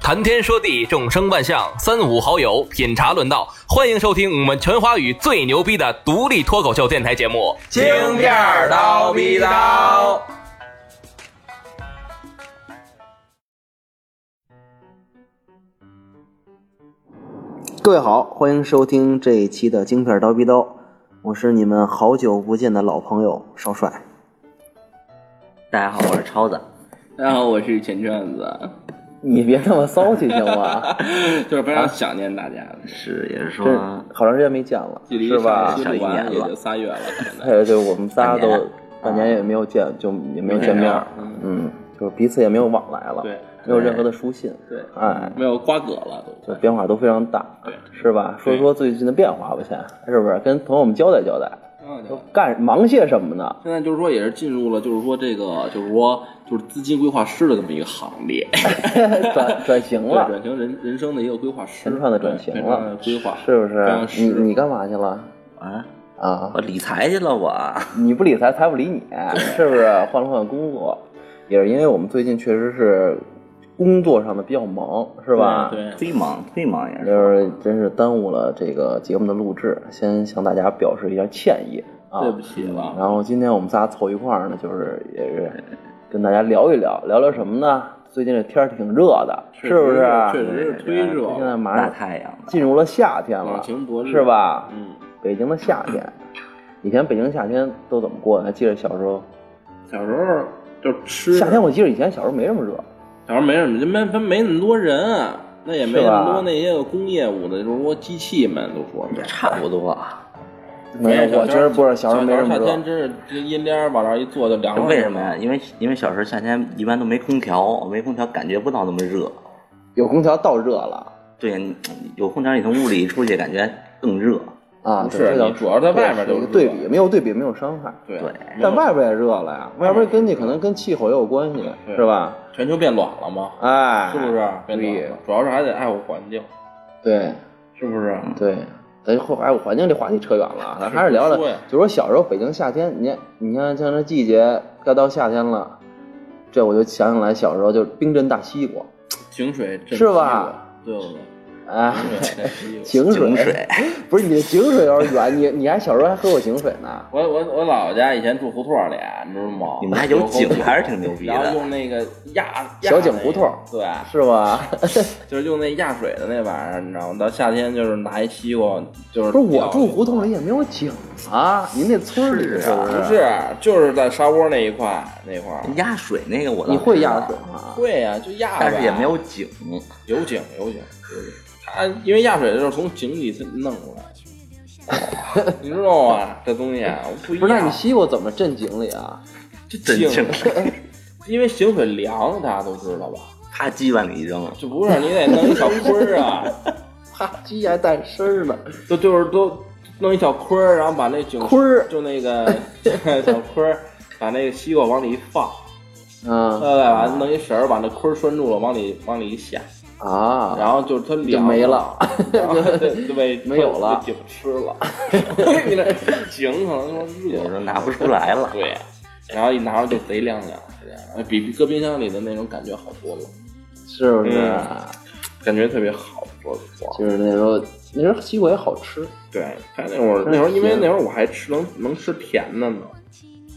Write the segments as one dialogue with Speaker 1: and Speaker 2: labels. Speaker 1: 谈天说地，众生万象，三五好友品茶论道，欢迎收听我们全华语最牛逼的独立脱口秀电台节目。
Speaker 2: 京片儿叨逼 叨。
Speaker 3: 各位好，欢迎收听这一期的京片儿叨逼叨，我是你们好久不见的老朋友少帅。
Speaker 4: 大家好，我是超子。
Speaker 5: 大家好，我是钱卷子，
Speaker 4: 你别那么骚气行吗？
Speaker 5: 就是非常想念大家，
Speaker 4: 是，也是
Speaker 3: 这
Speaker 4: 说，
Speaker 3: 好长时间没见了，
Speaker 5: 距离
Speaker 3: 是吧
Speaker 5: 上？期
Speaker 4: 上一
Speaker 5: 录完
Speaker 4: 年
Speaker 5: 也
Speaker 4: 了
Speaker 5: 就仨月了，可能
Speaker 3: 哎，对，我们仨都
Speaker 4: 半年了
Speaker 3: 半年也没有见，就也没有见面儿，嗯，就彼此也没有往来了，
Speaker 5: 对，
Speaker 3: 没有任何的书信，
Speaker 5: 对
Speaker 3: 哎，
Speaker 5: 没有瓜葛了都。
Speaker 3: 就变化都非常大，
Speaker 5: 对，
Speaker 3: 是吧？说说最近的变化吧，先是不是？跟朋友们交代交代，
Speaker 5: 嗯
Speaker 3: 都干忙些什么呢？
Speaker 5: 现在就是说，也是进入了，就是说这个，就是说，就是资金规划师的这么一个行列，
Speaker 3: 转转型
Speaker 5: 对，
Speaker 3: 了，
Speaker 5: 转型人人生的一个规划师，
Speaker 3: 全串的转型
Speaker 5: 对全串
Speaker 3: 了
Speaker 5: 的，规划
Speaker 3: 是不
Speaker 5: 非常
Speaker 3: 是？你
Speaker 5: 实
Speaker 3: 你干嘛去了？
Speaker 4: 啊，
Speaker 3: 啊
Speaker 4: 我，理财去了，我啊
Speaker 3: 你不理财，财不理你，是不是？换了换工作，也是因为我们最近确实是工作上的比较忙，是吧？
Speaker 5: 对对
Speaker 4: 最忙最忙也。
Speaker 3: 就是是真是耽误了这个节目的录制，先向大家表示一下歉意啊。
Speaker 5: 对不起了，
Speaker 3: 然后今天我们仨凑一块儿呢，就是也是跟大家聊一聊，聊聊什么呢？最近这天儿挺热的，是不是？
Speaker 5: 确实是忒热嗯
Speaker 3: 现在
Speaker 5: 了，
Speaker 3: 马
Speaker 4: 大
Speaker 3: 上
Speaker 4: 太阳的，
Speaker 3: 进入了夏天了，
Speaker 5: 冷情薄日
Speaker 3: 是吧？
Speaker 5: 嗯，
Speaker 3: 北京的夏天，以前北京夏天都怎么过的？还记得小时候，
Speaker 5: 小时候就吃，
Speaker 3: 夏天我记得以前小时候没这么热，
Speaker 5: 小时候没什么，就没没那么多人、啊那也没
Speaker 3: 是吧
Speaker 5: 那么多那些个工业务的，就是说机器们都说是。
Speaker 4: 差不多，
Speaker 3: 没有，
Speaker 5: 小
Speaker 3: 我觉得不是小时候没这
Speaker 5: 夏
Speaker 3: 么热
Speaker 5: 天，真是这阴天儿往那儿一坐就凉了。
Speaker 4: 为什么呀？因为因为小时候夏天一般都没空调，没空调感觉不到那么热。
Speaker 3: 有空调倒热了
Speaker 4: 对，你有空调你从屋里出去感觉更热。
Speaker 3: 啊，
Speaker 5: 不
Speaker 3: 对
Speaker 5: 是
Speaker 3: 这倒
Speaker 5: 你主要在外面
Speaker 3: 对
Speaker 5: 就是
Speaker 3: 一
Speaker 5: 是
Speaker 3: 个对比，没有对比没有伤害，
Speaker 5: 对，
Speaker 4: 对
Speaker 3: 但外边也热了呀，外边跟你可能跟气候也有关系，
Speaker 5: 对
Speaker 3: 是吧？
Speaker 5: 全球变暖了嘛，
Speaker 3: 哎，
Speaker 5: 是不是？变暖
Speaker 3: 对
Speaker 5: 了，主要是还得爱护环境，
Speaker 3: 对
Speaker 5: 是不是？
Speaker 4: 嗯
Speaker 3: 对，咱后哎，环境这话题扯远了啊，咱还是聊聊
Speaker 5: 说呀，
Speaker 3: 就说小时候北京夏天，你看你看像这季节该到夏天了，这我就想起来小时候就是冰镇大西瓜，
Speaker 5: 井水镇
Speaker 3: 是吧
Speaker 5: 西瓜？对不对？
Speaker 3: 哎，
Speaker 5: 井水镇西瓜
Speaker 3: 井水，
Speaker 4: 井水
Speaker 3: 不是你的井水有点远，你你还小时候还喝过井水呢，
Speaker 5: 我我我姥姥家以前住胡同里，你知道吗？
Speaker 4: 你们家有井
Speaker 5: 后
Speaker 4: 还是挺牛逼
Speaker 5: 然后
Speaker 4: 的。
Speaker 5: 用那个压压
Speaker 3: 小井
Speaker 5: 那个
Speaker 3: 胡同儿
Speaker 5: 对，
Speaker 3: 是吧？
Speaker 5: 就是用那压水的那玩意儿，你知道吗？到夏天就是拿一西瓜，就是
Speaker 3: 不是我
Speaker 5: 吊
Speaker 3: 住胡同里也没有井啊，您那村儿里
Speaker 4: 是
Speaker 3: 不
Speaker 4: 啊
Speaker 5: 不
Speaker 3: 是？
Speaker 5: 是，就是在沙窝那一块那块儿
Speaker 4: 压水那个我倒
Speaker 3: 你会
Speaker 4: 知
Speaker 3: 压
Speaker 4: 道
Speaker 3: 水，吗？
Speaker 5: 会呀、啊就压呗，
Speaker 4: 但是也没有井。
Speaker 5: 有井有井，它因为压水就是从井里它弄出 来的，你知道吗？这东西啊不一
Speaker 3: 不
Speaker 5: 样，
Speaker 3: 是，那你西瓜怎么镇井里啊？
Speaker 5: 这
Speaker 4: 真
Speaker 5: 井
Speaker 4: 井，
Speaker 5: 因为井水凉，大家都知道吧？
Speaker 4: 啪叽往里一扔，
Speaker 5: 就不是你得弄一小坤儿 啊，
Speaker 3: 啪叽还带声儿呢，
Speaker 5: 都就是都弄一小坤儿，然后把那井
Speaker 3: 坤儿
Speaker 5: 就那个 小坤儿，把那个西瓜往里一放，
Speaker 3: 嗯
Speaker 5: 呃，完弄一绳儿把那坤儿拴住了，往里往里一下，
Speaker 3: 啊，
Speaker 5: 然后就是它
Speaker 3: 就
Speaker 5: 凉
Speaker 3: 没
Speaker 5: 了
Speaker 3: 了。
Speaker 5: 然后对就被
Speaker 3: 没有了
Speaker 5: 被井吃了。你 那井可能说
Speaker 4: 有
Speaker 5: 热
Speaker 4: 时候拿不出来了。
Speaker 5: 对，然后一拿出就贼凉凉，是这样的，比比搁冰箱里的那种感觉好多了，
Speaker 3: 是不是？
Speaker 5: 嗯感觉特别好。说实话，
Speaker 3: 就是那时候，那时候西瓜也好吃。
Speaker 5: 对，他那会儿那会儿，因为那会儿我还吃能能吃甜的呢。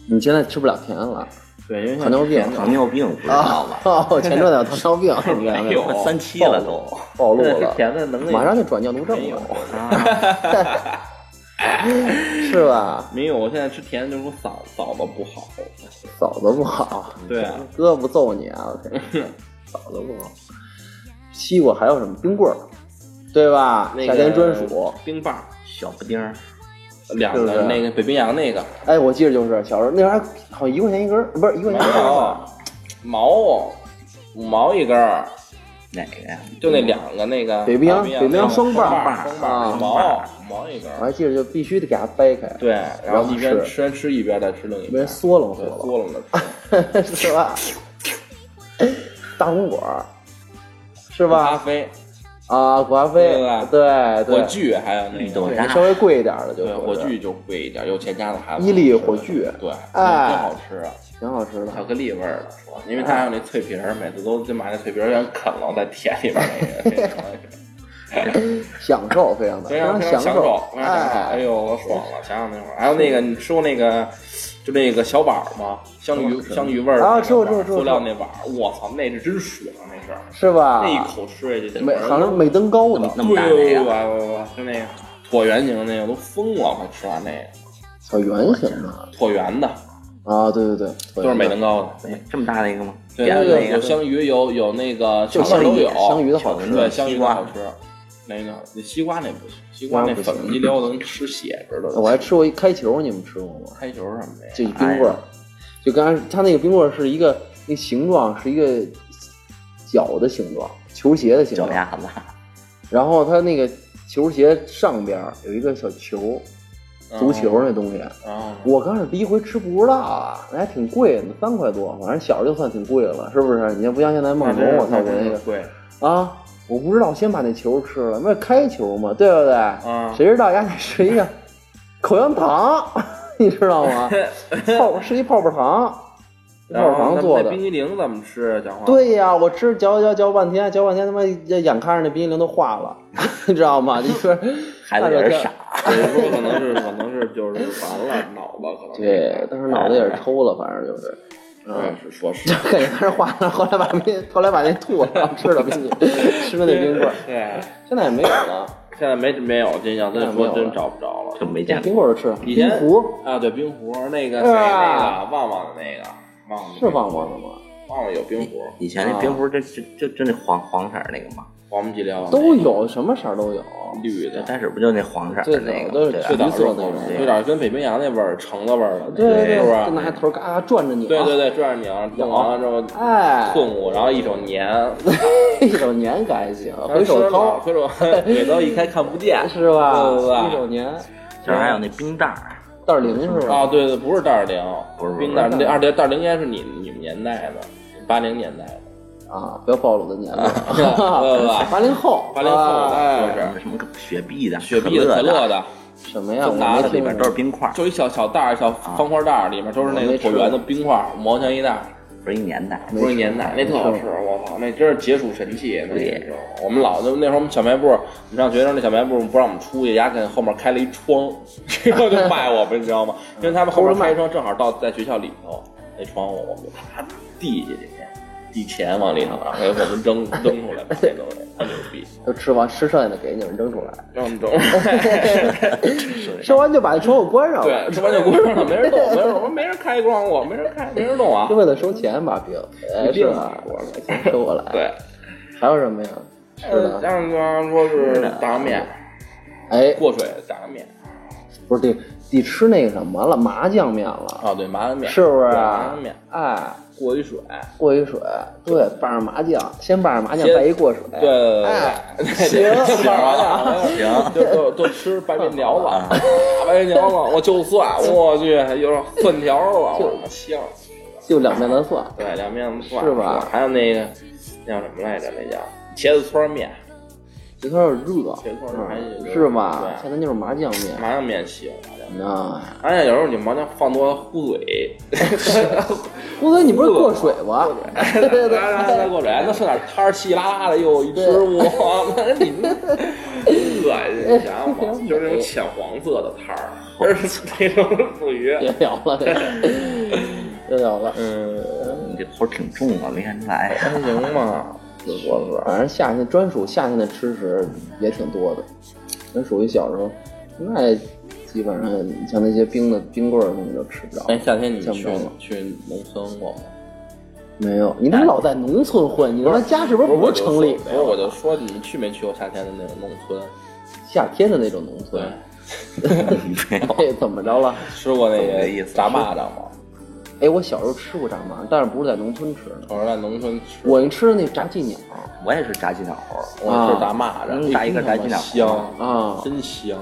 Speaker 3: 你现在吃不了甜了
Speaker 5: 对，因为
Speaker 3: 糖尿病
Speaker 4: 糖尿病不知道吧？
Speaker 3: 哦，前段有糖尿病，你 看
Speaker 5: 没有
Speaker 4: 三期了都，
Speaker 3: 暴露
Speaker 5: 现在
Speaker 3: 了
Speaker 5: 吃，甜的能那
Speaker 3: 马上就转尿毒症
Speaker 5: 没有
Speaker 3: 了，
Speaker 4: 啊
Speaker 3: 是吧？
Speaker 5: 没有，我现在吃甜的就是我嗓嗓子不好。
Speaker 3: 嫂子不好，
Speaker 5: 对啊，
Speaker 3: 哥不揍你啊！我 天，嫂子不好。西瓜还有什么冰棍儿，对吧？
Speaker 5: 那个
Speaker 3: 夏天专属。
Speaker 5: 冰棒儿，
Speaker 4: 小不丁儿，
Speaker 5: 两
Speaker 3: 是不
Speaker 5: 个
Speaker 3: 是
Speaker 5: 那个北冰洋那个
Speaker 3: 哎，我记得就是小时候那时候还好像一块钱一根儿，不是一块钱一根儿。
Speaker 5: 毛毛五毛一根儿。
Speaker 4: 哪个呀？
Speaker 5: 就那两个那个
Speaker 3: 北冰洋北
Speaker 5: 北
Speaker 3: 冰洋双棒
Speaker 5: 棒
Speaker 4: 双
Speaker 5: 双
Speaker 3: 棒
Speaker 5: 棒，
Speaker 3: 啊
Speaker 5: 毛毛一根
Speaker 3: 我，还记得就必须得给它掰开，
Speaker 5: 对，然后一边
Speaker 3: 哎然后吃
Speaker 5: 先吃一边再吃另一
Speaker 3: 没
Speaker 5: 边
Speaker 3: 人，缩楞
Speaker 5: 对，
Speaker 3: 缩
Speaker 5: 嗦楞着吃。
Speaker 3: 楞， 是吧？大红果儿是
Speaker 5: 咖
Speaker 3: 吧？
Speaker 5: 啡、
Speaker 3: 啊，果咖啡
Speaker 5: 对吧，
Speaker 3: 对
Speaker 5: 火
Speaker 3: 对，
Speaker 5: 炬还有那
Speaker 4: 绿
Speaker 5: 个
Speaker 4: 豆
Speaker 3: 对
Speaker 4: 渣
Speaker 3: 稍，微贵一点的就
Speaker 5: 对
Speaker 3: 是
Speaker 5: 火炬就贵一点，有钱家的孩子
Speaker 3: 伊利火炬
Speaker 5: 对，
Speaker 3: 哎
Speaker 5: 真好吃啊。
Speaker 3: 挺好吃的。
Speaker 5: 巧克力味儿的说，因为它还有那脆皮儿，每次都得把那脆皮儿先啃了，再舔里边儿那个那什么去。
Speaker 3: 享受非常的
Speaker 5: 啊非常非常
Speaker 3: 享
Speaker 5: 享受，非常享受。哎
Speaker 3: 哎，
Speaker 5: 呦，我爽了！想想那会儿，还有那个你吃过那个，就那个小碗儿吗？香芋香芋味儿的
Speaker 3: 啊
Speaker 5: 那个
Speaker 3: 吃过
Speaker 5: 碗儿
Speaker 3: 吃过
Speaker 5: 塑料
Speaker 3: 吃
Speaker 5: 那碗儿，我操，那是真爽，啊那是
Speaker 3: 是吧？
Speaker 5: 那一口吃下去，
Speaker 3: 美好像美登高的
Speaker 4: 那么大
Speaker 5: 对
Speaker 4: 那
Speaker 5: 呦，
Speaker 4: 个
Speaker 5: 我我我就那个椭圆形那个都疯了，我吃完那个
Speaker 3: 小圆形的
Speaker 5: 椭圆的，
Speaker 3: 啊，对对对，
Speaker 5: 就是美登高的，
Speaker 4: 哎这么大的一个吗？
Speaker 5: 对，
Speaker 4: 扁的那
Speaker 5: 有
Speaker 4: 个，
Speaker 5: 香芋，有有那个
Speaker 3: 就
Speaker 5: 什么
Speaker 3: 香
Speaker 5: 都
Speaker 3: 芋
Speaker 5: 有，
Speaker 3: 香芋的好吃，
Speaker 5: 对，香芋
Speaker 4: 西
Speaker 5: 的
Speaker 4: 瓜
Speaker 5: 好吃。那个那西瓜那不行，西瓜那
Speaker 3: 西瓜不
Speaker 5: 粉
Speaker 3: 行
Speaker 5: 一撩的跟吃血似的。
Speaker 3: 我还吃过一开球，你们吃过吗？
Speaker 5: 开球什哎么的呀，
Speaker 3: 就一冰棍儿，就刚才它那个冰棍儿是一个那形状是一个脚的形状，球鞋的形
Speaker 4: 脚
Speaker 3: 状，
Speaker 4: 丫子，
Speaker 3: 然后它那个球鞋上边儿有一个小球，
Speaker 5: 哦
Speaker 3: 足球那东西。
Speaker 5: 然后呢
Speaker 3: 我刚开始第一回吃不知道啊，那还挺贵的，三块多，反正小时候就算挺贵的了，是不是？你要不像现在梦
Speaker 5: 哦那
Speaker 3: 龙，我操，我
Speaker 5: 真
Speaker 3: 那
Speaker 5: 是
Speaker 3: 个
Speaker 5: 贵，
Speaker 3: 啊，我不知道，先把那球吃了，那是开球嘛，对不对？
Speaker 5: 嗯
Speaker 3: 谁知道呀？那是一个口香糖， 你知 道吗？泡是一泡泡糖，泡泡糖做
Speaker 5: 哦那
Speaker 3: 的
Speaker 5: 冰。激凌怎么吃？啊讲话，
Speaker 3: 对呀、我吃嚼嚼嚼半天，嚼半天他妈眼看着那冰激凌都化了， 你知道吗？你 说
Speaker 4: 孩子也是傻，
Speaker 5: 有时候可能是可能是就是完了脑子可能
Speaker 3: 对，当时脑袋也是抽了，反正就是。
Speaker 5: 嗯是说是
Speaker 3: 就感觉当时化了，后来把冰，后来把那吐了，然后吃了冰激凌， 吃了那冰棍儿，
Speaker 5: 对，
Speaker 3: 现在也没有了，
Speaker 5: 现在没没有这样，再说真找不着了。
Speaker 4: 就没见
Speaker 3: 那
Speaker 4: 过。
Speaker 3: 冰棍儿吃了，
Speaker 5: 以
Speaker 3: 冰
Speaker 5: 前
Speaker 3: 壶
Speaker 5: 啊，对冰壶那个
Speaker 3: 啊
Speaker 5: 谁那个旺旺的那个旺旺
Speaker 3: 是旺旺的吗？
Speaker 5: 旺旺有冰壶，
Speaker 4: 以前那冰壶
Speaker 5: 哦
Speaker 4: 就就就就那黄黄色儿那个嘛，
Speaker 5: 黄不唧撩
Speaker 3: 都有，什么色儿都有。
Speaker 5: 绿的，
Speaker 4: 开始不就那黄色儿的那
Speaker 3: 最
Speaker 4: 个
Speaker 3: 早都
Speaker 4: 吗
Speaker 5: 最早种
Speaker 3: 是去绿色那
Speaker 4: 对吧
Speaker 3: 种
Speaker 5: 有点跟北冰洋那味儿橙子味儿了，
Speaker 3: 对
Speaker 5: 是不是
Speaker 3: 对，就？拿头嘎嘎转着你。
Speaker 5: 对对，对，这样你要弄完了之后
Speaker 3: 哎，
Speaker 5: 混糊，然后一手粘，
Speaker 3: 一手年还行，回手
Speaker 5: 掏，
Speaker 3: 掏
Speaker 5: 啊回手 尾刀一开看不见，
Speaker 3: 是吧？
Speaker 5: 对对对
Speaker 3: 一手年，
Speaker 4: 就是还有那冰袋儿，
Speaker 3: 袋儿零是吧？
Speaker 5: 啊，对对，不是袋儿零，
Speaker 4: 不是不是
Speaker 5: 冰袋儿，那二袋袋儿零应该是你你们年代的，八零年代的，
Speaker 3: 啊，不要暴露我的年龄，
Speaker 5: 对吧
Speaker 3: 八零后，
Speaker 5: 八零后的，
Speaker 3: 哎
Speaker 5: 是
Speaker 4: 什么什么雪碧的、
Speaker 5: 雪碧
Speaker 4: 的、
Speaker 5: 可乐的，
Speaker 3: 什么呀？
Speaker 5: 就
Speaker 3: 我
Speaker 5: 拿
Speaker 3: 没
Speaker 5: 的
Speaker 3: 听
Speaker 4: 里边都是
Speaker 3: 过。
Speaker 4: 冰块儿，
Speaker 5: 就一小小袋儿，小方块袋儿，里面都是那
Speaker 3: 我
Speaker 5: 个
Speaker 3: 没吃
Speaker 5: 椭圆的冰块儿，五毛钱一袋儿，
Speaker 4: 不是一年代。
Speaker 5: 不是年代，那特好吃，我操，那真是解暑神器，那
Speaker 4: 对
Speaker 5: 时候我们老就那时候我们小卖部，我们上学的时候那小卖部不让我们出去，丫跟后面开了一窗， 然后就卖我们，你知道吗？因为他们后面开一窗正好到在学校里头那窗户，我们就啪递下去。递钱往里头，然后给我们扔扔出来，这东西特牛逼，
Speaker 3: 都吃完吃剩下的给你们 扔出来，
Speaker 5: 让我们扔。
Speaker 3: 吃完就把那窗户关上了
Speaker 5: 对，，吃完就关上了，没人动，没人动，我说没人开光，我没人开，没人动啊
Speaker 3: 就。为了收钱把饼，哎是吧？行收过来。
Speaker 5: 对，
Speaker 3: 还有什么呀？吃
Speaker 5: 呃，
Speaker 3: 的，
Speaker 5: 加上说是炸酱面，
Speaker 3: 哎，
Speaker 5: 过水炸酱面
Speaker 3: 不是得得吃那个什么了，麻酱面了，
Speaker 5: 啊，对，麻酱面
Speaker 3: 是不是
Speaker 5: 对麻
Speaker 3: 啊
Speaker 5: 酱面？
Speaker 3: 哎，
Speaker 5: 过一水，
Speaker 3: 过一水，对，拌上麻酱，先拌上麻酱，
Speaker 5: 先
Speaker 3: 再一过水，
Speaker 5: 对对
Speaker 3: 哎，
Speaker 5: 对对
Speaker 3: 行
Speaker 5: 对，行行，就就就吃白面条
Speaker 3: 啊
Speaker 5: 了，大白面条了，我就蒜，我去，有点蒜条了，我香，
Speaker 3: 就两面的蒜，
Speaker 5: 对，两面蒜
Speaker 3: 是吧
Speaker 5: 还有那个那叫什么来着？那叫茄子汆面，
Speaker 3: 这块儿热嗯
Speaker 5: 这块儿还有，点
Speaker 3: 是吧
Speaker 5: 对？
Speaker 3: 现在就是麻酱面，
Speaker 5: 麻酱面香，麻酱面。
Speaker 3: 那
Speaker 5: 而且有时候你麻酱放多了糊 嘴，
Speaker 3: 乌贼你不是过水 吗？对对对，
Speaker 5: 来来来过水，那剩点汤儿稀拉拉的，又一吃，我那你们恶心，你想想吧，就是那种浅黄色的汤儿，而是那种腐鱼。
Speaker 3: 别聊了，这个别聊了。
Speaker 5: 嗯
Speaker 4: 你这口儿挺重啊，没看出来。
Speaker 5: 还行吧，就说是
Speaker 3: 反正夏天专属夏天的吃食也挺多的，那属于小时候，那基本上像那些冰的冰棍儿什么就吃不着。
Speaker 5: 哎，夏天你们
Speaker 3: 想不
Speaker 5: 去
Speaker 3: 到了
Speaker 5: 去农村过吗？
Speaker 3: 没有，你怎么老在农村混？你他妈家是不是不
Speaker 5: 我
Speaker 3: 是
Speaker 5: 就
Speaker 3: 城
Speaker 5: 说
Speaker 3: 里的
Speaker 5: 不是，我就说你们去没去过夏天的那种农村？
Speaker 3: 夏天的那种农
Speaker 5: 对
Speaker 3: 村？，哎，怎么着了？
Speaker 5: 吃过那
Speaker 4: 懂这意
Speaker 5: 个
Speaker 4: 思
Speaker 5: 炸蚂蚱吗？
Speaker 3: 哎，我小时候吃过炸蚂，但是不是在农村吃的。
Speaker 5: 我是在农村吃，
Speaker 3: 我吃的那炸鸡鸟
Speaker 4: 我也是炸鸡脑猴儿，
Speaker 5: 我是炸蚂蚱，
Speaker 4: 嗯炸一个炸鸡鸟
Speaker 5: 香
Speaker 3: 啊，
Speaker 5: 真香。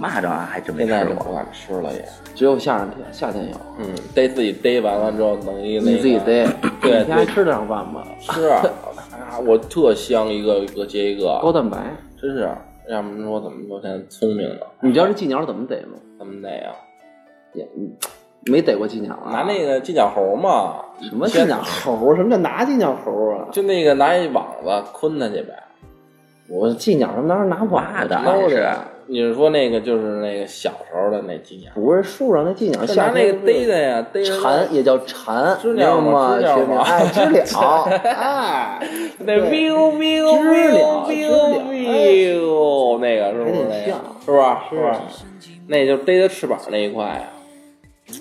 Speaker 4: 蚂蚱啊还真没
Speaker 5: 现在
Speaker 4: 吃
Speaker 5: 就
Speaker 4: 过。
Speaker 5: 不敢吃了也。
Speaker 3: 只有夏天夏天有，
Speaker 5: 嗯，逮自己逮完了之后，弄一那
Speaker 3: 你
Speaker 5: 个
Speaker 3: 自己逮。
Speaker 5: 对
Speaker 3: 你家还吃得上饭吗？
Speaker 5: 吃啊，啊我特香，一个一个接一个，
Speaker 3: 高蛋白。
Speaker 5: 真是。要么
Speaker 3: 嗯
Speaker 5: 说怎么说现在聪明了，
Speaker 3: 你知道这鸡鸟怎么逮吗？
Speaker 5: 他们那样
Speaker 3: 也，嗯没逮过金奖啊？
Speaker 5: 拿那个金角猴嘛，
Speaker 3: 什么金奖猴？什么叫拿金奖猴啊？
Speaker 5: 就那个拿一网子昆它去呗。
Speaker 3: 我金奖什么当然拿网的，啊
Speaker 5: 那
Speaker 3: 兜
Speaker 5: 是
Speaker 3: 里
Speaker 5: 你是说那个就是那个小时候的那金角？
Speaker 3: 不是树上那金奖，
Speaker 5: 就
Speaker 3: 夏
Speaker 5: 拿那
Speaker 3: 天
Speaker 5: 个逮的呀，逮着
Speaker 3: 蝉也叫蝉，
Speaker 5: 知
Speaker 3: 知
Speaker 5: 了
Speaker 3: 道
Speaker 5: 吗
Speaker 3: 吗？
Speaker 5: 知了
Speaker 3: 学名
Speaker 5: 吗
Speaker 3: 哎，知 了，哎，
Speaker 5: 那 biu biu
Speaker 3: 知
Speaker 5: biu
Speaker 3: 了知
Speaker 5: biu
Speaker 3: 了哎
Speaker 5: biu，那个是不是
Speaker 3: 还
Speaker 5: 那
Speaker 3: 得
Speaker 5: 个
Speaker 3: 像？
Speaker 5: 是不是？是不是？那就逮它翅膀那一块呀，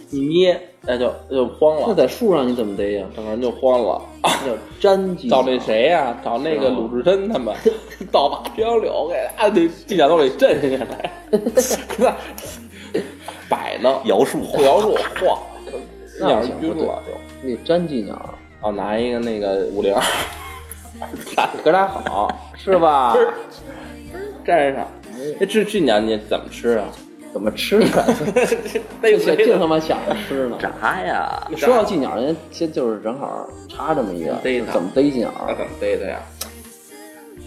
Speaker 5: 一捏那就就慌
Speaker 3: 那
Speaker 5: 了，
Speaker 3: 在树上你怎么逮呀？
Speaker 5: 整个人就慌 了。
Speaker 3: 那叫粘金
Speaker 5: 找
Speaker 3: 奖。
Speaker 5: 那谁呀、找那
Speaker 3: 啊
Speaker 5: 个鲁智深他们，倒把平杨柳给按那金角豆里震下来，给他 摆弄，
Speaker 4: 摇树
Speaker 5: 摇树晃，一
Speaker 3: 那
Speaker 5: 鸟
Speaker 3: 不行
Speaker 5: 晕
Speaker 3: 不对
Speaker 5: 了就。
Speaker 3: 那粘金奖
Speaker 5: 哦，拿一个那个五零二，哥俩好，
Speaker 3: 是吧？
Speaker 5: 粘上。
Speaker 3: 嗯
Speaker 5: 那这这鸟你怎么吃啊？
Speaker 3: 怎么吃的？
Speaker 5: 那有
Speaker 3: 净净他妈想着吃呢。
Speaker 4: 炸呀！
Speaker 3: 说到金鸟，人家先就是正好插这么一个，
Speaker 5: 逮它啊
Speaker 3: 怎么逮金鸟？
Speaker 5: 那怎么逮的呀？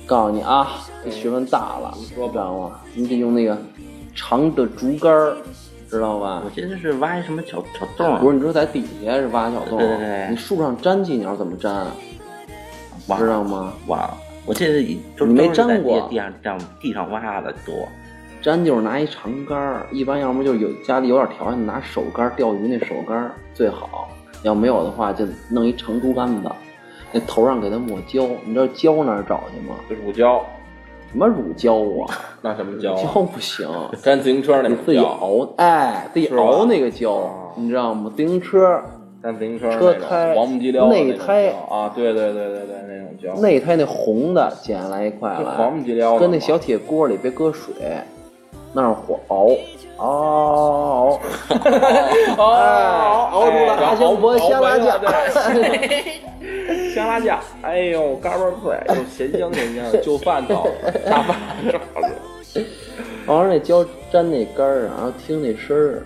Speaker 3: 告诉你啊，这学问大了，
Speaker 5: 说吧
Speaker 3: 知道吗？你得用那个长的竹竿儿，知道吧
Speaker 4: 我？记得是挖一什么小小洞
Speaker 3: 不
Speaker 4: 儿，
Speaker 3: 是，你说在底下是挖小洞，
Speaker 4: 对对对
Speaker 3: 你树上粘金鸟怎么粘啊？
Speaker 4: 挖
Speaker 3: 知道吗？
Speaker 4: 挖。我记得以都
Speaker 3: 你没
Speaker 4: 都是在
Speaker 3: 粘过
Speaker 4: 地上这样地上挖的多，
Speaker 3: 粘就是拿一长杆儿，一般要么就有家里有点条件，拿手竿儿钓鱼那手竿儿最好，要没有的话就弄一长竹竿子，那头上给它抹胶，你知道胶哪儿找去吗？
Speaker 5: 就乳胶，
Speaker 3: 什么乳胶啊？
Speaker 5: 那什么胶啊？
Speaker 3: 胶不行，
Speaker 5: 粘自行车那
Speaker 3: 你自
Speaker 5: 种
Speaker 3: 己
Speaker 5: 胶，
Speaker 3: 熬，哎，自己
Speaker 5: 是吧
Speaker 3: 熬那个胶
Speaker 5: 哦，
Speaker 3: 你知道吗？自行车
Speaker 5: 粘自行车那
Speaker 3: 车
Speaker 5: 种
Speaker 3: 胎
Speaker 5: 黄不叽撩的
Speaker 3: 内
Speaker 5: 那种
Speaker 3: 胎
Speaker 5: 胶啊，对对对对对，那种胶，
Speaker 3: 那一胎那红的剪下来一块
Speaker 5: 就
Speaker 3: 来，
Speaker 5: 黄不叽撩的嘛，
Speaker 3: 跟那小铁锅里别搁水，那儿火熬
Speaker 5: 哦哎
Speaker 3: 熬熬熬出了哈星
Speaker 5: 熬
Speaker 3: 伯香辣
Speaker 5: 熬白了对
Speaker 3: 酱，
Speaker 5: 香辣酱，哎呦，嘎巴脆，又咸香咸香，就饭到了，大 饭正好吃。
Speaker 3: 熬上那胶粘那杆儿，然后听那声儿，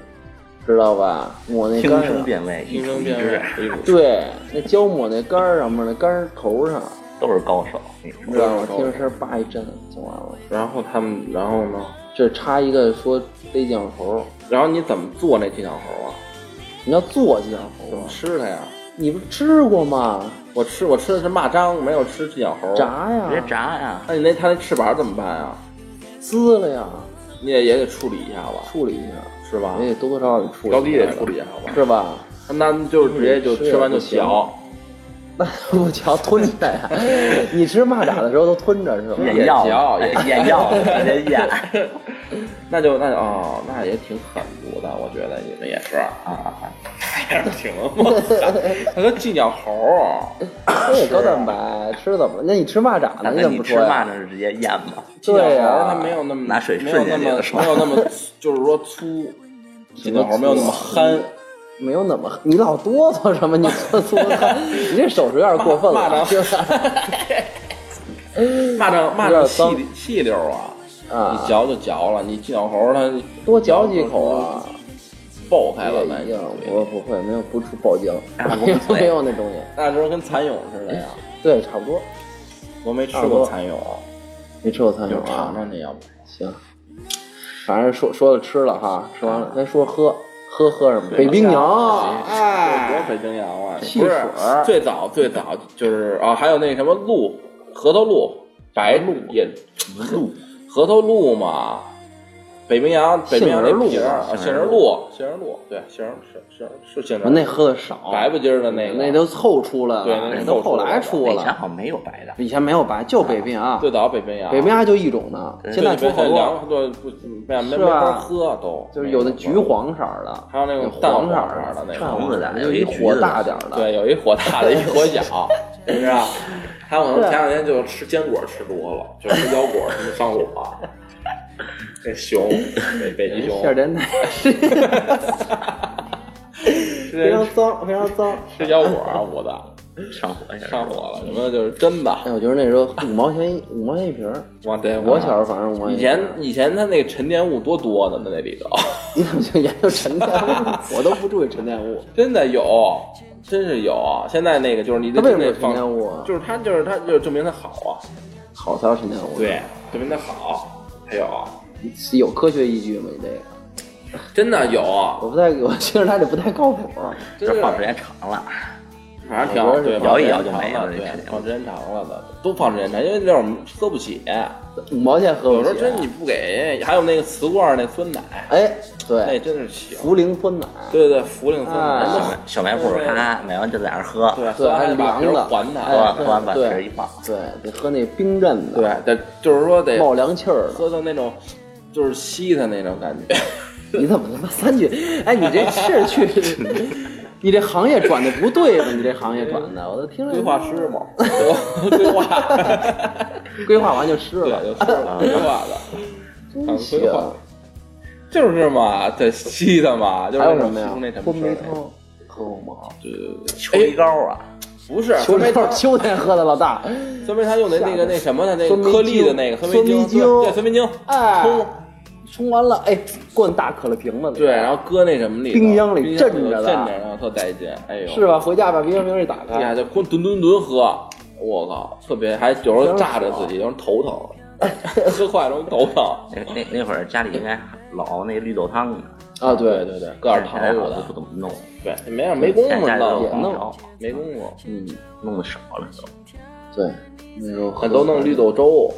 Speaker 3: 知道吧？抹那
Speaker 4: 听
Speaker 3: 杆儿
Speaker 4: 声
Speaker 3: 上，
Speaker 4: 辨位，一
Speaker 5: 听
Speaker 4: 出
Speaker 5: 声
Speaker 4: 一
Speaker 5: 辨
Speaker 4: 知
Speaker 5: 位，，哎呦
Speaker 3: 对，那胶抹那杆儿上面，那杆儿头上，
Speaker 4: 都是高手。你说
Speaker 3: 知道吗？听声儿叭一粘就完了。
Speaker 5: 然后他们，然后呢？
Speaker 3: 这插一个说逮酱猴，
Speaker 5: 然后你怎么做那金小猴啊？
Speaker 3: 你要做酱猴
Speaker 5: 怎么
Speaker 3: 啊，
Speaker 5: 吃它呀？
Speaker 3: 你不吃过吗？
Speaker 5: 我吃，我吃的是蚂蚱，没有吃金小猴。
Speaker 3: 炸
Speaker 4: 直接
Speaker 3: 呀，
Speaker 4: 炸呀！
Speaker 5: 那你那它那翅膀怎么办啊？
Speaker 3: 撕了呀，
Speaker 5: 你也也得处理一下吧，
Speaker 3: 处理一下，
Speaker 5: 是吧？
Speaker 3: 也得多多少少得处理一下
Speaker 5: 啊
Speaker 3: 的，
Speaker 5: 高低得处理一下吧。
Speaker 3: 是吧？
Speaker 5: 那就直接就吃完就嚼，
Speaker 3: 那不嚼吞 着呀？你吃蚂蚱的时候都吞着是吧？
Speaker 5: 也
Speaker 4: 眼药
Speaker 5: 嚼也
Speaker 4: 眼药，直接咽
Speaker 5: 那就那就哦，那也挺狠毒的，我觉得你们也是，
Speaker 4: 啊！
Speaker 5: 哎挺猛的。他说金角猴儿，啊
Speaker 3: 这也高蛋白，吃怎么了？那你吃蚂蚱呢？
Speaker 4: 那
Speaker 3: 你怎
Speaker 4: 你
Speaker 3: 么不
Speaker 4: 吃
Speaker 3: 说
Speaker 4: 蚂
Speaker 3: 呀？
Speaker 4: 蚱是直接咽吧？
Speaker 3: 对
Speaker 5: 金角猴
Speaker 3: 呀，
Speaker 5: 它没有那么
Speaker 4: 拿水
Speaker 5: 没有
Speaker 4: 顺
Speaker 5: 那
Speaker 4: 下去
Speaker 5: 么
Speaker 4: 的是吧
Speaker 5: 没有那么就是说 粗，金角猴没有那么憨。
Speaker 3: 没有那么，你老哆嗦什么？你 做做，你这手势有点过分
Speaker 5: 蚂
Speaker 3: 了，
Speaker 5: 蚂蚱
Speaker 3: 就是
Speaker 5: 蚂蚱蚂
Speaker 3: 有
Speaker 5: 蚱
Speaker 3: 点脏
Speaker 5: 细细溜儿啊，
Speaker 3: 啊
Speaker 5: 你，嚼就嚼了，你金角猴它
Speaker 3: 多嚼几口啊！
Speaker 5: 爆开了
Speaker 3: 哎
Speaker 5: 呗
Speaker 3: 呀，，我不会，没有不出爆浆，
Speaker 5: 啊
Speaker 3: 没有那东西。
Speaker 5: 那时候跟蚕蛹似的呀，
Speaker 3: 对，差不多。
Speaker 5: 我没吃
Speaker 3: 差不
Speaker 5: 过
Speaker 3: 多
Speaker 5: 蚕蛹，
Speaker 3: 没吃过蚕
Speaker 5: 就
Speaker 3: 蛹
Speaker 5: 尝
Speaker 3: 啊？
Speaker 5: 尝去，要不
Speaker 3: 行，反正说说了吃了哈，吃完了咱说喝，喝喝什么？北冰洋，
Speaker 5: 哎，我北冰洋啊，
Speaker 3: 汽
Speaker 5: 不是
Speaker 3: 水儿
Speaker 5: 最早最早就是啊，还有那什么鹿，核桃鹿，白鹿也鹿，核桃鹿嘛，北冰洋北冰洋那
Speaker 3: 杏仁鹿
Speaker 5: 皮儿啊，杏
Speaker 4: 杏仁
Speaker 5: 仁鹿，杏仁鹿，对，杏仁是是是杏
Speaker 3: 我
Speaker 5: 仁，
Speaker 3: 那喝的少，
Speaker 5: 白不筋儿的那个，
Speaker 3: 那都凑出来了，
Speaker 5: 对那
Speaker 3: 那
Speaker 5: 都
Speaker 3: 都
Speaker 5: 后
Speaker 3: 后
Speaker 5: 来
Speaker 3: 来
Speaker 5: 出
Speaker 3: 出
Speaker 4: 以前
Speaker 3: 了。
Speaker 4: 好像没有白的，
Speaker 3: 以前没有白，就北冰洋，
Speaker 5: 最早北冰洋，
Speaker 3: 北冰洋就一种呢，
Speaker 5: 对
Speaker 3: 现在出好
Speaker 5: 北冰洋
Speaker 3: 多，
Speaker 5: 对不没没
Speaker 3: 是
Speaker 5: 没
Speaker 3: 吧
Speaker 5: 法喝都，
Speaker 3: 就是有的橘黄色儿的，
Speaker 5: 还有那种淡
Speaker 3: 黄色
Speaker 5: 黄色儿
Speaker 3: 儿
Speaker 5: 的那
Speaker 3: 淡
Speaker 5: 种
Speaker 3: 黄色儿
Speaker 4: 橘子的
Speaker 3: 有一火大点儿的，
Speaker 5: 对，有一火大 的，一火小，你知道？啊还有可能前两天就吃坚果吃多了，就吃腰果什么上火，这熊北北极熊
Speaker 3: 哎馅儿 真的非常脏，非常脏。
Speaker 5: 吃腰果啊，我的
Speaker 4: 上火也是。
Speaker 5: 上火了，什么就是真的。
Speaker 3: 哎，我觉得那时候五毛钱一五毛钱一瓶儿，
Speaker 5: 我对
Speaker 3: 我小时候反正五毛
Speaker 5: 以
Speaker 3: 钱一瓶
Speaker 5: 前
Speaker 3: 儿。
Speaker 5: 以前它那个沉淀物多多呢，在那里头，
Speaker 3: 你怎么就研究沉淀物？我都不注意沉淀物。
Speaker 5: 真的有，真是有。啊现在那个就是你
Speaker 3: 它为什么
Speaker 5: 得
Speaker 3: 有
Speaker 5: 放
Speaker 3: 沉淀物啊
Speaker 5: 就是它就是它就是证明它好啊，
Speaker 3: 好才有沉淀物。，
Speaker 5: 对，证明它好。还有
Speaker 3: 有科学依据吗？你这个
Speaker 5: 真的有，
Speaker 3: 我不太，我听着他这不太靠谱。啊
Speaker 5: 真
Speaker 4: 这
Speaker 5: 是
Speaker 4: 放时间长了，
Speaker 5: 反正挺好，对，
Speaker 4: 摇一摇就没了
Speaker 5: 对
Speaker 4: 这事，情
Speaker 5: 放时间长了的，都放时间长，因为那会儿喝不起，
Speaker 3: 五毛钱喝
Speaker 5: 有
Speaker 3: 不
Speaker 5: 时候
Speaker 3: 起啊
Speaker 5: 真你不给，还有那个瓷罐儿那酸奶，
Speaker 3: 哎，
Speaker 5: 那
Speaker 3: 对，
Speaker 5: 真是行。
Speaker 3: 茯苓酸奶，
Speaker 5: 对对，茯苓酸奶，
Speaker 3: 啊
Speaker 5: 那
Speaker 4: 小卖小卖部咔买完就在那儿喝，
Speaker 5: 对，
Speaker 3: 对，还
Speaker 5: 得把
Speaker 3: 凉
Speaker 5: 皮儿
Speaker 3: 的，
Speaker 5: 还
Speaker 4: 喝
Speaker 5: 他。
Speaker 3: 哎
Speaker 4: 完喝完把皮儿一
Speaker 3: 对
Speaker 4: 放，
Speaker 3: 对，得喝那冰镇的，
Speaker 5: 对，但就是说得
Speaker 3: 冒凉气儿的。
Speaker 5: 喝到那种就是吸他那种感觉。
Speaker 3: 你怎么他妈三句？哎，你这是去，你这行业转的不对吧？你这行业转的，我都听着。
Speaker 5: 规划师嘛， 规划，
Speaker 3: 规划完就吃
Speaker 5: 对，
Speaker 3: 了，
Speaker 5: 就是规划的，很
Speaker 3: 真行
Speaker 5: 规。划，就是嘛，得吸他嘛，就是那
Speaker 3: 还有
Speaker 5: 种
Speaker 3: 什么呀
Speaker 5: 吸那什？
Speaker 3: 昏
Speaker 5: 么
Speaker 3: 迷
Speaker 5: 事儿。
Speaker 3: 汤喝过吗？
Speaker 4: 秋梨膏啊，
Speaker 5: 不是，
Speaker 3: 秋
Speaker 5: 酸梅
Speaker 3: 天
Speaker 5: 汤，
Speaker 3: 秋天喝的 老大，
Speaker 5: 酸梅汤用的那个那什么的那个
Speaker 3: 酸梅
Speaker 5: 颗粒的
Speaker 3: 精
Speaker 5: 那个酸梅
Speaker 3: 酸
Speaker 5: 精，
Speaker 3: 梅
Speaker 5: 对
Speaker 3: 精
Speaker 5: 对，酸梅精，
Speaker 3: 哎
Speaker 5: 冲，
Speaker 3: 冲完了，哎，灌大可乐瓶子里，
Speaker 5: 对，然后搁那什么里头，
Speaker 3: 冰箱里
Speaker 5: 冰
Speaker 3: 镇着
Speaker 5: 镇
Speaker 3: 的
Speaker 5: 着，然后特带劲，哎呦，
Speaker 3: 是啊吧？回家把冰箱瓶一打
Speaker 5: 对呀，
Speaker 3: 开，
Speaker 5: 就哐吨吨吨喝，我靠，特别还有时候炸着自己，有时候头疼， 喝快了容易头疼。
Speaker 4: 那那那会儿家里应该老熬那绿豆汤呢，
Speaker 3: 啊，对
Speaker 5: 对对对，搁点
Speaker 4: 现
Speaker 5: 糖
Speaker 4: 在好
Speaker 5: 啥
Speaker 4: 像不
Speaker 5: 的，
Speaker 4: 怎么弄，
Speaker 5: 对，没事，没工
Speaker 4: 现
Speaker 5: 夫
Speaker 4: 在都
Speaker 5: 弄，
Speaker 3: 也
Speaker 4: 弄不
Speaker 3: 弄
Speaker 4: 着，
Speaker 5: 没工夫，
Speaker 3: 嗯，
Speaker 4: 弄的少了都。
Speaker 3: 对，那时候喝
Speaker 5: 很多弄绿豆粥，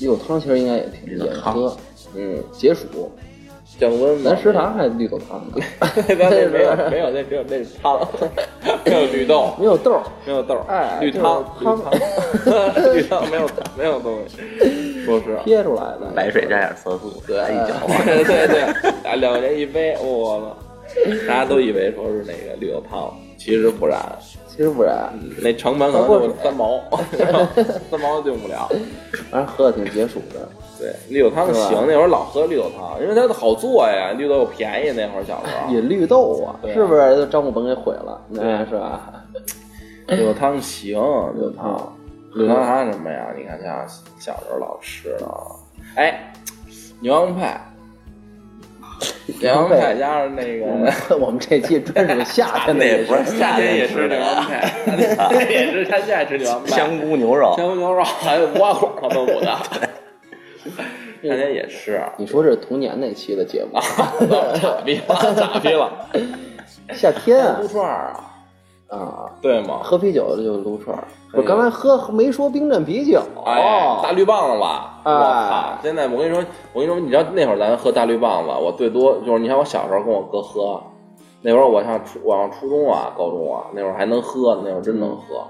Speaker 3: 绿豆汤，其实应该也挺
Speaker 4: 绿豆
Speaker 3: 也
Speaker 4: 汤
Speaker 3: 喝，
Speaker 5: 嗯，
Speaker 3: 解暑。
Speaker 5: 降温嘛。
Speaker 3: 咱食堂还绿豆汤 呢，
Speaker 5: 咱那 没有没有那只有那是汤，没有绿豆，
Speaker 3: 没有豆儿，
Speaker 5: 没有豆儿，
Speaker 3: 哎
Speaker 5: 绿
Speaker 3: 就是
Speaker 5: 汤
Speaker 3: 汤
Speaker 5: 绿汤没有没有东西，说实话。
Speaker 3: 憋出来的。
Speaker 4: 白水加点色素，
Speaker 5: 对
Speaker 4: 哎一搅和，
Speaker 5: 对对对，啊，两块钱一杯，我操！大家都以为说是那个绿豆汤，其实不然，
Speaker 3: 其实不然，
Speaker 4: 嗯
Speaker 5: 那成本可能就三毛， 三毛都用不了。
Speaker 3: 反正喝的挺解暑的。
Speaker 5: 对，绿豆汤行
Speaker 3: 是吧，
Speaker 5: 那会儿老喝绿豆汤，因为它好做呀，绿豆又便宜，那会儿小时候。
Speaker 3: 饮绿豆啊，
Speaker 5: 对啊
Speaker 3: 是不是？就张悟本给毁了，那是吧？
Speaker 5: 绿豆汤行，绿豆汤
Speaker 4: 啊
Speaker 3: 汤，
Speaker 5: 绿豆汤还有什么呀？你看像小时候老吃的，哎，牛羊 派，牛羊派加上那
Speaker 3: 我
Speaker 5: 个
Speaker 3: 们。我们这期专属 夏天的也是，
Speaker 5: 夏天也吃牛羊菜， 夏天也吃，他现在吃牛羊菜，
Speaker 4: 香菇牛肉，
Speaker 5: 香菇牛肉 还有五花果他都有的， 夏天也啊吃。
Speaker 3: 你说这是童年那期的节目，啊
Speaker 5: 傻逼了，傻逼 了！
Speaker 3: 夏天啊
Speaker 5: 撸串儿啊，
Speaker 3: 啊，
Speaker 5: 对吗？
Speaker 3: 喝啤酒就撸串儿。我
Speaker 5: 哎呦
Speaker 3: 刚才喝没说冰镇啤酒，哦
Speaker 5: 哎，大绿棒子吧，我
Speaker 3: 哎
Speaker 5: 靠！现在我跟你说，我跟你说，你知道那会儿咱喝大绿棒子，我最多就是你看我小时候跟我哥喝，那会儿我上初我上初中啊、高中啊，那会儿还能喝，那会儿真能喝。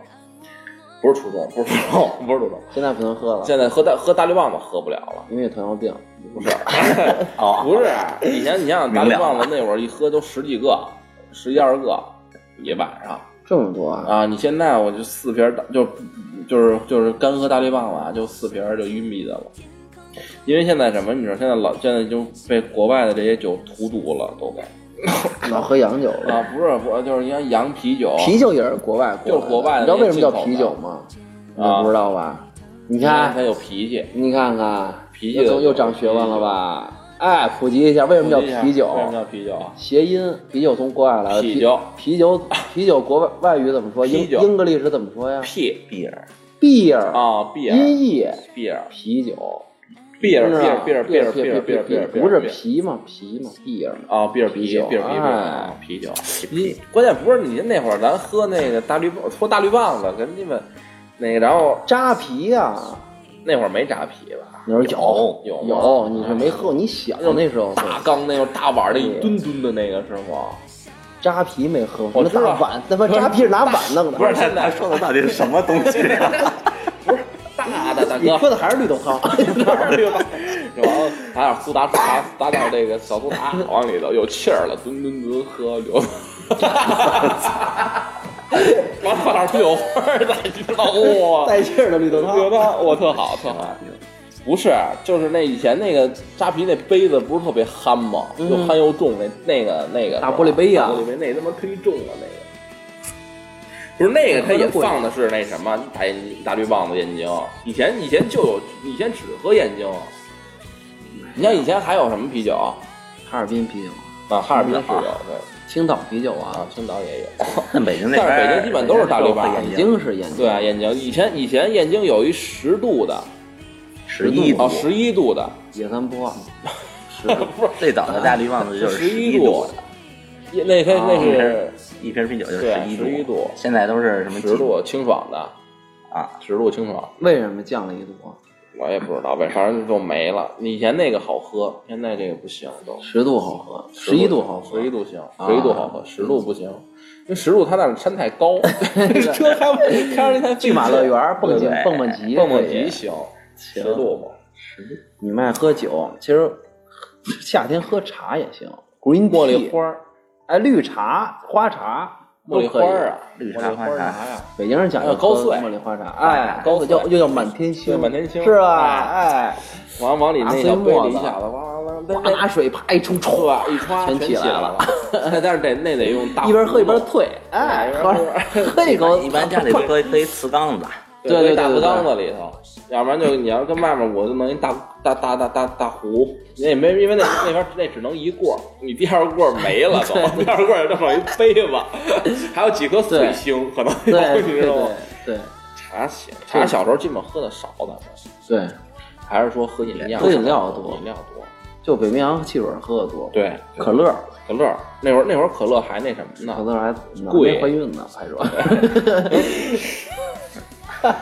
Speaker 5: 不是初中，不是初中， 不是初中，
Speaker 3: 现在不能喝了，
Speaker 5: 现在喝大喝大绿棒子喝不了了。
Speaker 3: 因为糖尿病。
Speaker 5: 不是，
Speaker 4: 哦
Speaker 5: 不是，以前你想想，大
Speaker 4: 明
Speaker 5: 绿
Speaker 4: 了
Speaker 5: 棒子那会儿一喝都十几个，十几二十个一晚上
Speaker 3: 这么多啊？
Speaker 5: 啊！你现在我就四瓶儿大，就就是就是干喝大绿棒子啊，就四瓶儿就晕逼的了。因为现在什么，你知道，现在老现在就被国外的这些酒荼毒了，都给
Speaker 3: 老喝洋酒了。
Speaker 5: 啊，不是不是就是你看洋啤酒，
Speaker 3: 啤酒也是国外，
Speaker 5: 就是国外的
Speaker 3: 你知道为什么叫
Speaker 5: 那些
Speaker 3: 啤
Speaker 5: 进口
Speaker 3: 酒
Speaker 5: 的
Speaker 3: 吗？你
Speaker 5: 啊
Speaker 3: 不知道吧？你
Speaker 5: 你看它
Speaker 3: 看，
Speaker 5: 有脾气，
Speaker 3: 你看看，
Speaker 5: 啤酒
Speaker 3: 又又长学问了吧？哎，普及一下，为什么叫啤酒？
Speaker 5: 为什么叫啤酒啊？
Speaker 3: 谐音，啤酒从国外来的。
Speaker 5: 啤
Speaker 3: 啤
Speaker 5: 酒
Speaker 3: 啤酒，啤酒国外外语怎么说？英
Speaker 5: 啤酒
Speaker 3: 英格历史怎么说呀
Speaker 5: 屁
Speaker 4: 碧尔，
Speaker 3: ？Beer，
Speaker 5: 啊，毕尔，
Speaker 3: 音译
Speaker 5: 毕尔，
Speaker 3: 啤酒。
Speaker 5: 毕尔，
Speaker 3: 是
Speaker 5: 毕尔，
Speaker 3: 吧
Speaker 5: 毕尔，毕尔，毕尔，毕尔，毕尔，
Speaker 3: 不是啤吗？啤吗？Beer。
Speaker 5: 啊，啤酒啤
Speaker 3: 啤酒
Speaker 5: 啤酒啤酒
Speaker 3: 哎
Speaker 5: 啤酒。你关键不是你那会儿咱喝那个大绿棒，搓大绿棒子跟你们那个，然后
Speaker 3: 扎啤啊呀！
Speaker 5: 那会儿没扎啤吧？
Speaker 3: 你说有
Speaker 5: 有吗
Speaker 3: 有，你是没喝，你小那时候喝
Speaker 5: 大缸那种大碗的一吨吨的那个是吗？
Speaker 3: 扎啤没喝过，
Speaker 5: 我
Speaker 3: 那
Speaker 5: 知道
Speaker 3: 大碗，他妈扎啤是拿碗弄的，
Speaker 5: 不是现在
Speaker 4: 他说的到底是什么东西啊？
Speaker 5: 啊大的大
Speaker 3: 你
Speaker 5: 哥。
Speaker 3: 喝的还是绿豆汤，
Speaker 5: 大 绿棒 然后打点苏打水，打打点这个小苏打往里头，有气儿了，吨吨吨喝 流。完了放点啤酒花儿再知道哇，
Speaker 3: 带气儿的绿豆汤。
Speaker 5: 牛哦汤，我特好，特好。不是，就是那以前那个扎啤那杯子不是特别憨吗？又憨又重，那那个那个
Speaker 3: 嗯大玻璃杯啊呀
Speaker 5: 大玻璃杯那他妈忒重了那个。不是那个，它也放的是那什么大眼大绿棒子燕京。以前以前就有，以前只喝燕京。你像以前还有什么啤酒
Speaker 3: 哈尔滨啤酒、
Speaker 5: 啊？哈尔滨是有对
Speaker 3: 青岛啤酒
Speaker 5: 啊
Speaker 3: 啊，，
Speaker 5: 青岛也有。
Speaker 4: 那北京那
Speaker 5: 但是
Speaker 4: 边，
Speaker 5: 北京基本都是大绿棒
Speaker 3: 北京是燕京，
Speaker 5: 啊对啊，燕京以前以前燕京有一十度的，
Speaker 4: 十一
Speaker 5: 哦
Speaker 4: 度，
Speaker 5: 十一度的，
Speaker 3: 野三坡，
Speaker 4: 十度最早的大绿棒子就是
Speaker 5: 11
Speaker 4: 一
Speaker 5: 度也那天那是
Speaker 4: 一瓶啤酒就是
Speaker 5: 对
Speaker 4: 十一
Speaker 5: 11度
Speaker 4: 现在都是什么
Speaker 5: 十
Speaker 4: 几
Speaker 5: 度清爽的，
Speaker 4: 啊？
Speaker 5: 十度清爽，
Speaker 3: 为什么降了一度啊？
Speaker 5: 我也不知道为反正就没了。以前那个好喝，现在这个不行都。
Speaker 3: 十度好喝，十一度好喝啊
Speaker 5: 十一，度行，十一度好喝，十度不行，因为十度它那儿山太 高，车开不开着那台
Speaker 3: 去马乐园蹦极
Speaker 4: 对
Speaker 3: 蹦蹦极，
Speaker 5: 蹦蹦极。行，十
Speaker 3: 行
Speaker 5: 度嘛。
Speaker 3: 你们爱喝酒，其实夏天喝茶也行，green
Speaker 5: 茉莉
Speaker 3: tea，
Speaker 5: 花儿，
Speaker 3: 哎，绿茶、花茶
Speaker 5: 茉
Speaker 3: 都
Speaker 5: 莉
Speaker 3: 可
Speaker 5: 花
Speaker 3: 以。
Speaker 5: 儿啊，
Speaker 4: 绿茶花茶
Speaker 5: 呀，
Speaker 3: 北京人讲
Speaker 5: 还
Speaker 3: 究
Speaker 5: 有高
Speaker 3: 喝
Speaker 5: 碎
Speaker 3: 茉莉花茶，哎，
Speaker 5: 高碎
Speaker 3: 又又叫满天星，
Speaker 5: 对满天星
Speaker 3: 是吧？
Speaker 5: 哎
Speaker 3: 哎，
Speaker 5: 往往里那小杯里一下子，哇哇
Speaker 3: 哇
Speaker 5: 哇，
Speaker 3: 拿水啪一冲，冲
Speaker 5: 哇一刷
Speaker 3: 全
Speaker 5: 起
Speaker 3: 起来
Speaker 5: 了。 但是得那得用大，
Speaker 3: 一边喝一边退，哎，喝喝一口，
Speaker 4: 一般家里都喝喝一瓷缸子，啊
Speaker 5: 对大裤裆子里头，要不然就你要跟外面，我就弄一大大大大大大壶，那也没因为那那边那只能一棍儿，你第二棍儿没了 都，第二棍儿就剩一杯子，还有几颗碎星，可能
Speaker 3: 对
Speaker 5: 有，你
Speaker 3: 对
Speaker 5: 知道吗
Speaker 3: 对？对
Speaker 5: 茶行，茶小时候基本喝的少的，
Speaker 3: 对，
Speaker 5: 还是说喝饮料，
Speaker 3: 喝饮料多
Speaker 5: 饮料多，
Speaker 3: 就北冰洋汽水喝的多，，
Speaker 5: 对，
Speaker 3: 可乐，
Speaker 5: 可乐那会儿那会儿可乐还那什么
Speaker 3: 可
Speaker 5: 呢？
Speaker 3: 乐还
Speaker 5: 贵
Speaker 3: 没怀孕呢，还说
Speaker 4: 啊，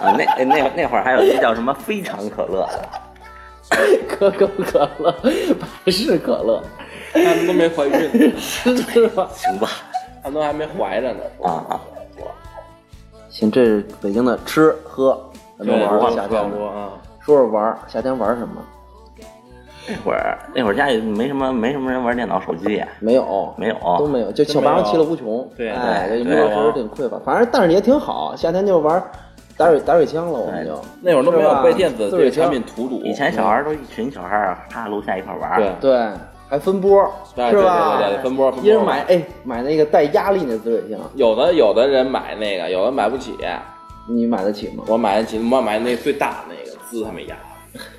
Speaker 4: 那那那那会儿还有一叫什么非常可乐的，
Speaker 3: 可口可乐、百事可乐，
Speaker 5: 他们都没怀孕，
Speaker 3: 是吧？
Speaker 4: 行吧？
Speaker 5: 他们都还没怀着呢。
Speaker 4: 啊啊，
Speaker 3: 行，这是北京的吃喝，咱们玩儿夏
Speaker 5: 差
Speaker 3: 天
Speaker 5: 不
Speaker 3: 的
Speaker 5: 多啊。
Speaker 3: 说说玩儿夏天玩儿什么？
Speaker 4: 那会儿那会儿家里没什么没什么人玩电脑手机，
Speaker 3: 没有，
Speaker 4: 没有
Speaker 5: 啊
Speaker 3: 都没有，就小霸王其乐无穷。
Speaker 5: 对
Speaker 3: 哎，
Speaker 4: 对
Speaker 3: 这娱
Speaker 4: 对
Speaker 3: 乐
Speaker 5: 啊
Speaker 3: 设施挺匮乏，反正但是也挺好。夏天就玩儿打水打水枪了，我们就
Speaker 5: 哎那会儿都没有被电子这个
Speaker 3: 自水
Speaker 5: 产
Speaker 3: 枪
Speaker 5: 品，荼毒，
Speaker 4: 以前小孩儿都一群小孩儿，趴楼下一块儿玩儿，
Speaker 5: 对
Speaker 3: 对，还分波儿
Speaker 5: 哎对
Speaker 3: 是吧？
Speaker 5: 对对对对分波分波
Speaker 3: 一人买哎买那个带压力那自水枪，
Speaker 5: 有的有的人买那个，有的买不起。
Speaker 3: 你买得起吗？
Speaker 5: 我买得起，我买那最大的那个，滋他们丫，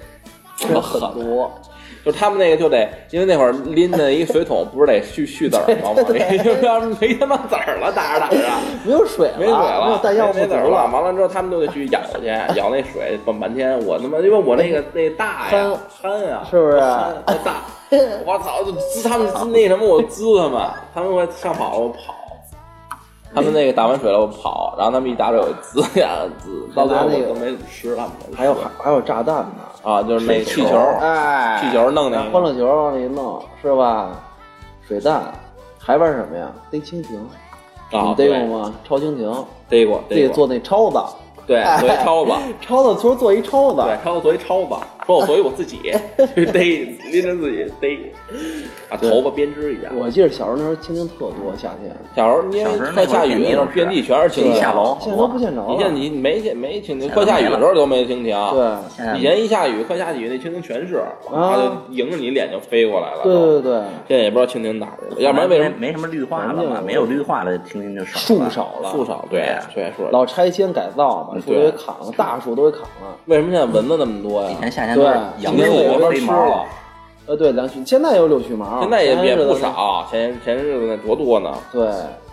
Speaker 3: 有很多，
Speaker 5: 就是他们那个就得，因为那会儿拎着一水桶，不是得蓄蓄籽儿吗？ 往里要是没他妈籽儿啊了，打着打着。
Speaker 3: 没有水了，
Speaker 5: 没水了，
Speaker 3: 啊没有弹药不
Speaker 5: 没
Speaker 3: 足
Speaker 5: 籽儿了。。完了之后，他们就得去舀 去，舀那水蹦半天。我他妈，因为我那个那大呀，憨啊，
Speaker 3: 是不是
Speaker 5: 憨还 大，我操！就滋他们滋那什么，我滋他们，他们快上跑了，我跑。他们那个打完水了，我跑，然后他们一打水，我滋呀滋，到最后我都没吃他们的。
Speaker 3: 还有还还有炸弹呢，
Speaker 5: 啊，就是那气球，
Speaker 3: 哎，
Speaker 5: 气球弄那个
Speaker 3: 欢乐球往里弄是吧？水弹，还玩什么呀？逮蜻蜓，你
Speaker 5: 啊
Speaker 3: 们，逮过吗？超蜻蜓，
Speaker 5: 逮过，
Speaker 3: 自己
Speaker 5: 逮过，
Speaker 3: 做那超子，
Speaker 5: 对，作为超子，
Speaker 3: 超子做做一超子，
Speaker 5: 对，超作为超子，说我作为我自己去逮，拎着自己逮，把头发编织一下。
Speaker 3: 我记得小时候那时候蜻蜓特多，夏天
Speaker 5: 小时候因为快下雨的时候，遍地全是蜻蜓。
Speaker 4: 下楼
Speaker 3: 现在都不见着
Speaker 5: 你现在
Speaker 3: 了。
Speaker 5: 你没见没蜻蜓，快下雨的时候都没蜻蜓。
Speaker 3: 对，
Speaker 4: 现在
Speaker 5: 以前一下雨，快下雨，那蜻蜓全是，它就迎着你脸就飞过来了。
Speaker 3: 对对对，
Speaker 5: 现在也不知道蜻蜓哪儿去了，要不然为什么
Speaker 4: 没没什么绿化了
Speaker 3: 环
Speaker 4: 嘛？
Speaker 3: 境
Speaker 4: 没有绿化了，蜻蜓就少
Speaker 3: 树
Speaker 4: 了。啊
Speaker 3: 少了，
Speaker 5: 树少？对对，树少。
Speaker 3: 老拆迁改造嘛，树都给砍了，大树都给砍了。
Speaker 5: 为什么现在蚊子那么多呀
Speaker 4: 以？前夏天都是
Speaker 3: 对
Speaker 4: 杨
Speaker 5: 因为啊我
Speaker 4: 树
Speaker 5: 没
Speaker 4: 飞
Speaker 5: 吃
Speaker 4: 毛
Speaker 5: 了，，
Speaker 3: 呃，对，梁旭，现在有柳絮毛，
Speaker 5: 现在也也不
Speaker 3: 前日子
Speaker 5: 少。前前日子那多多呢，
Speaker 3: 对，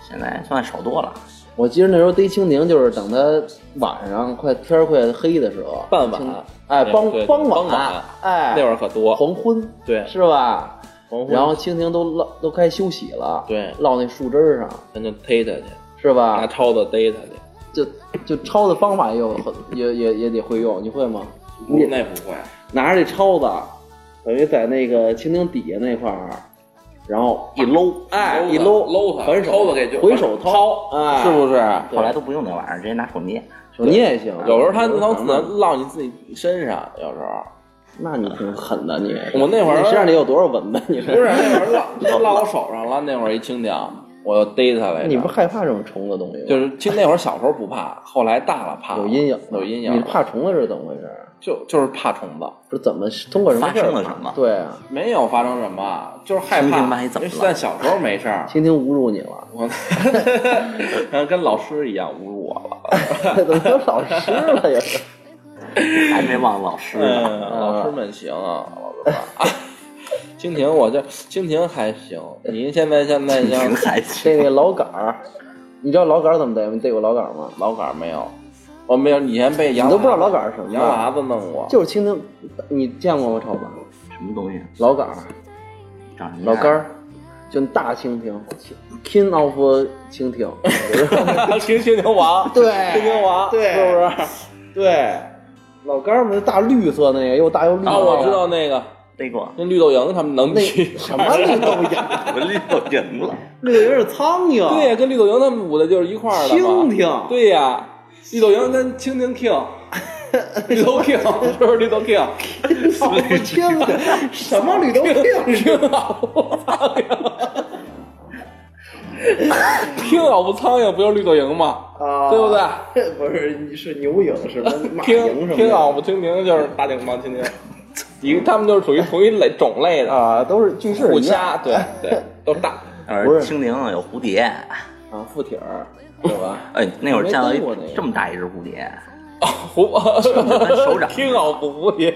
Speaker 4: 现在算少多了。
Speaker 3: 我记得那时候逮蜻蜓就是等它晚上快天儿快黑的时候，
Speaker 5: 傍晚
Speaker 3: 蜻哎，
Speaker 5: 对
Speaker 3: 傍
Speaker 5: 对
Speaker 3: 傍
Speaker 5: 傍晚
Speaker 3: 哎，
Speaker 5: 那会儿可多。
Speaker 3: 黄昏，
Speaker 5: 对
Speaker 3: 是吧？
Speaker 5: 黄昏
Speaker 3: 然后蜻蜓都落都该休息了，
Speaker 5: 对
Speaker 3: 落那树枝儿上，
Speaker 5: 咱就逮它去，
Speaker 3: 是
Speaker 5: 拿
Speaker 4: 啊
Speaker 3: 吧？
Speaker 5: 抄子逮它去。
Speaker 3: 就就抄的方法也有很也也也得会用，你会吗？你
Speaker 5: 那不会，
Speaker 3: 拿着这抄子，等于在那个蜻蜓底下那块儿，然后
Speaker 4: 一搂，
Speaker 5: 哎，
Speaker 3: 一搂
Speaker 5: 搂它，
Speaker 3: 反
Speaker 5: 抄
Speaker 3: 手
Speaker 5: 子给就
Speaker 3: 回手
Speaker 5: 掏，
Speaker 3: 哎
Speaker 5: 是不是？
Speaker 4: 后来都不用那玩意儿，直接拿手捏。
Speaker 3: 手捏也行啊。
Speaker 5: 有时候它能
Speaker 3: 可
Speaker 5: 自
Speaker 3: 能
Speaker 5: 能落你自己身上，有时候
Speaker 3: 那你挺狠的你。
Speaker 5: 我那会儿
Speaker 3: 你身上得有多少蚊子？你
Speaker 5: 不是那会儿 落落我手上了，那会儿一蜻蜓，我又逮它来着。
Speaker 3: 你不是害怕这种虫子东西吗？
Speaker 5: 就是其实那会儿小时候不怕，后来大了怕了
Speaker 3: 有阴影，
Speaker 5: 有阴影。
Speaker 3: 你怕虫子是怎么回事？啊
Speaker 5: 就就是怕虫子，
Speaker 3: 是怎么通过什么事儿
Speaker 4: 发生了什么
Speaker 3: 对啊，
Speaker 5: 没有发生什么，就是害怕。
Speaker 4: 蜻蜓把你怎么了
Speaker 5: 因为但小时候没事儿，
Speaker 3: 蜻蜓侮辱你了，
Speaker 5: 我 跟老师一样侮辱我了。
Speaker 3: 怎么有老师了也是？
Speaker 4: 还没忘老师呢。
Speaker 5: 嗯，老师们行啊，老师们。蜻蜓，我这蜻蜓还行。您现在现在像
Speaker 4: 挺还
Speaker 3: 那
Speaker 4: 行，
Speaker 3: 那老杆儿，你知道老杆儿怎么逮吗？你逮过老杆儿吗？
Speaker 5: 老杆儿没有？我没有，以前被
Speaker 3: 你
Speaker 5: 羊
Speaker 3: 都不知道
Speaker 5: 娃
Speaker 3: 老杆儿是什么
Speaker 5: 羊娃子弄过，
Speaker 3: 就是蜻蜓，你见过吗？超子？
Speaker 4: 什么东西？啊
Speaker 3: 老杆儿、
Speaker 4: 长什么
Speaker 3: 老
Speaker 4: 样
Speaker 3: 杆儿，就大蜻蜓，King of 蜻蜓，
Speaker 5: 听蜻蜓王，
Speaker 3: 对
Speaker 5: 蜻蜓王，
Speaker 3: 对
Speaker 5: 是不是？ 对，
Speaker 3: 老杆儿嘛，就大绿色那个，又大又绿。
Speaker 5: 啊，我知道。那个
Speaker 4: 逮过，
Speaker 5: 那绿豆蝇，他们能
Speaker 3: 那
Speaker 5: 去？
Speaker 3: 什么绿豆 蝇？
Speaker 4: 我绿豆蝇了。
Speaker 3: 绿豆蝇是苍蝇，
Speaker 5: 对呀，跟绿豆蝇他们舞的就是一块儿的嘛
Speaker 3: 蜻。蜓。
Speaker 5: 对呀，绿豆蝇跟蜻蜓 king，绿豆 king 是不是绿豆 king？
Speaker 3: 我听了哦 什么绿豆蝇？
Speaker 5: 听老不苍蝇，听老不苍蝇不就是绿豆蝇吗？
Speaker 3: 啊
Speaker 5: 对不对？
Speaker 3: 不是，你是牛蝇是 吧？马蝇什
Speaker 5: 听
Speaker 3: 么
Speaker 5: 听老
Speaker 3: 的
Speaker 5: 不蜻蜓就是大顶帮蜻蜓，一他们就是属于同一类种类的，
Speaker 3: 啊，都是句式
Speaker 5: 互
Speaker 3: 一样
Speaker 5: 掐，对对，都大
Speaker 4: 那会
Speaker 3: 不
Speaker 4: 儿
Speaker 3: 是
Speaker 4: 蜻蜓呃有蝴蝶，
Speaker 5: 啊，附体儿，对吧？
Speaker 4: 哎，那会儿见到
Speaker 3: 没逮过那
Speaker 4: 一
Speaker 3: 个
Speaker 4: 这么大一只蝴蝶，
Speaker 5: 胡
Speaker 4: 手掌
Speaker 5: 听啊老不蝴蝶，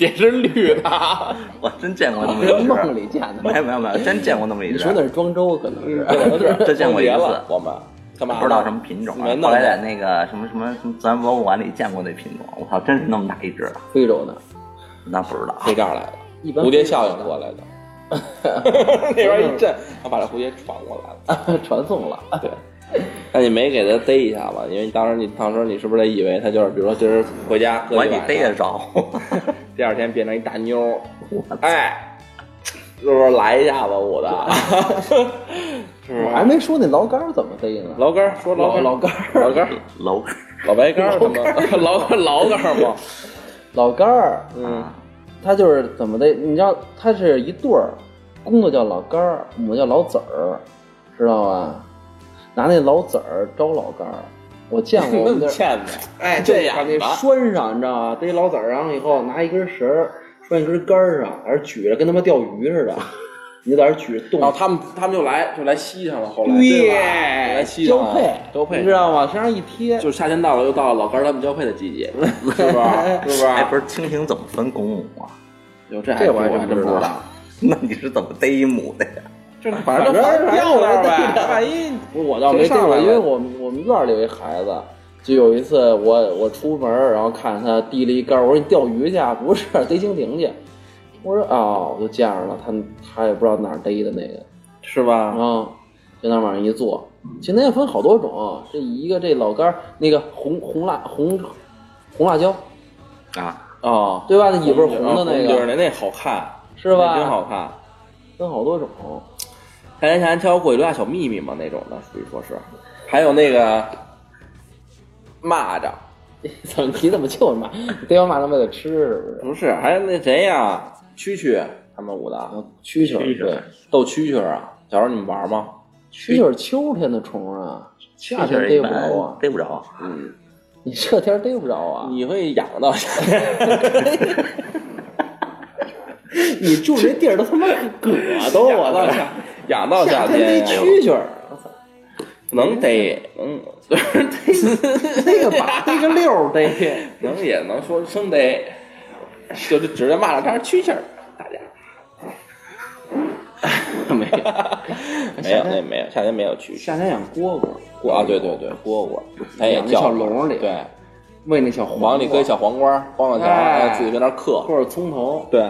Speaker 5: 也是绿的啊，
Speaker 4: 我真见过那么一
Speaker 3: 跟梦
Speaker 4: 只。
Speaker 3: 里见的。
Speaker 4: 没有没有没有，真见过那么一
Speaker 3: 你
Speaker 4: 只
Speaker 3: 说。那是庄周，可能是
Speaker 5: 嗯
Speaker 4: 这见过一次
Speaker 5: 蝴蝶了我们干嘛呢？
Speaker 4: 不知道什么品种啊
Speaker 5: 没，弄
Speaker 4: 后来在那个什么什么什么自然博物馆里见过那品种，我操，真是那么大一只，
Speaker 3: 非洲的，
Speaker 4: 那不知道。
Speaker 5: 飞这儿来的，
Speaker 3: 一般
Speaker 5: 蝴蝶效应过来的。 那边一震，他把这蝴蝶传过来了。
Speaker 3: 传送了。
Speaker 5: 对，那你没给他逮一下吧？因为你当时你当时你是不是得以为他就是，比如说今儿回家搁
Speaker 4: 我
Speaker 5: 一
Speaker 4: 以为
Speaker 5: 晚
Speaker 4: 你
Speaker 5: 上
Speaker 4: 逮得着，
Speaker 5: 第二天变成一大妞儿，哎，是不是来一下子我 的？是不
Speaker 3: 我
Speaker 5: 是
Speaker 3: 还没说那老杆儿怎么逮呢？
Speaker 5: 老根儿说老根儿
Speaker 3: 老杆儿
Speaker 5: 老根儿
Speaker 4: 楼
Speaker 5: 老白干儿他妈 老根儿老干儿嘛，
Speaker 3: 老杆儿，
Speaker 5: 嗯，
Speaker 3: 它就是怎么的？你知道，它是一对儿，公的叫老杆儿，母的叫老子儿，知道吧？拿那老子儿招老杆儿，我见过。 我
Speaker 5: 那
Speaker 3: 们
Speaker 5: 么
Speaker 3: 那 儿
Speaker 5: 欠的，
Speaker 3: 哎，
Speaker 5: 这
Speaker 3: 就是把
Speaker 5: 样
Speaker 3: 那
Speaker 5: 吧
Speaker 3: 拴上，你知道吧？逮老子儿，然后以后拿一根绳儿拴一根杆儿上，而举着跟他妈钓鱼 似的，你就在那儿举着动。
Speaker 5: 然后他们他们就来就来西上了，后来哦对
Speaker 3: 对
Speaker 5: 吧？
Speaker 3: 吧
Speaker 5: 来西上
Speaker 3: 交
Speaker 5: 了啊
Speaker 3: 配，
Speaker 5: 交配
Speaker 3: 你知道吗？身上一贴，
Speaker 5: 就是夏天到了，又到了老干儿他们交配的季 节，是不是？是
Speaker 3: 啊
Speaker 4: 哎，
Speaker 5: 不
Speaker 4: 不
Speaker 5: 是？
Speaker 4: 是蜻蜓怎么分公母啊？
Speaker 5: 有这
Speaker 3: 这
Speaker 5: 还
Speaker 3: 我还
Speaker 5: 我
Speaker 3: 真
Speaker 5: 还真
Speaker 3: 不
Speaker 5: 不
Speaker 3: 知
Speaker 5: 知
Speaker 3: 道
Speaker 5: 道。。
Speaker 4: 那你是怎么逮一母的呀？
Speaker 5: 这反正掉那儿呗，万 一我倒没
Speaker 3: 没
Speaker 5: 上
Speaker 3: 上
Speaker 5: 来，
Speaker 3: 来，因为我们我们院儿里有一孩子，就有一次我我出门儿，然后看他提了一杆儿，我说你钓鱼去啊？不是逮蜻蜓去。我说哦，我就见着了，他他也不知道哪儿逮的那个，
Speaker 5: 是吧
Speaker 3: 然？后就那往上一坐。蜻蜓也分好多种，啊这一个这老杆儿，那个红红辣红红辣椒，
Speaker 4: 啊，
Speaker 5: 啊，
Speaker 3: 对吧？那尾巴儿红的那
Speaker 5: 就是
Speaker 3: 个
Speaker 5: 那那好看，
Speaker 3: 是吧
Speaker 5: 那真好看。
Speaker 3: 分好多种，
Speaker 5: 夏天夏天挑过去留下小秘密嘛，那种的属于说是，还有那个蚂蚱，
Speaker 3: 怎么你怎么就嘛？逮完马上为了吃是
Speaker 5: 不
Speaker 3: 不是？
Speaker 5: 是，还有那谁呀，蛐蛐他们舞
Speaker 3: 然
Speaker 5: 的
Speaker 3: 后啊蛐蛐儿，
Speaker 4: 蛐蛐
Speaker 3: 对
Speaker 4: 儿，
Speaker 5: 斗蛐蛐啊，小时候你们玩吗？
Speaker 3: 蛐蛐儿秋天的虫儿啊，夏天逮
Speaker 4: 一
Speaker 3: 不
Speaker 4: 般
Speaker 3: 着啊。
Speaker 4: 逮不着。
Speaker 5: 嗯，
Speaker 3: 你这天儿逮不着啊！
Speaker 5: 你会痒到，
Speaker 3: 你住那地儿都他妈葛
Speaker 5: 都我到夏，痒到夏天
Speaker 3: 逮蛐蛐 儿，
Speaker 5: 能逮，能逮
Speaker 3: 逮个把逮个溜儿逮，
Speaker 5: 能也能说生逮，就是指着蚂蚱干蛐蛐儿，大家。
Speaker 3: 没有。
Speaker 5: 没有，那没有，夏天没有蛐蛐。
Speaker 3: 夏天养蝈蝈，
Speaker 5: 蝈啊，对对对，蝈蝈，它也
Speaker 3: 养那
Speaker 5: 叫
Speaker 3: 小笼里
Speaker 5: 对，
Speaker 3: 喂那小黄
Speaker 5: 往里搁一小黄瓜，帮着它
Speaker 3: 哎
Speaker 5: 自己在那儿嗑。
Speaker 3: 或者葱头，
Speaker 5: 对，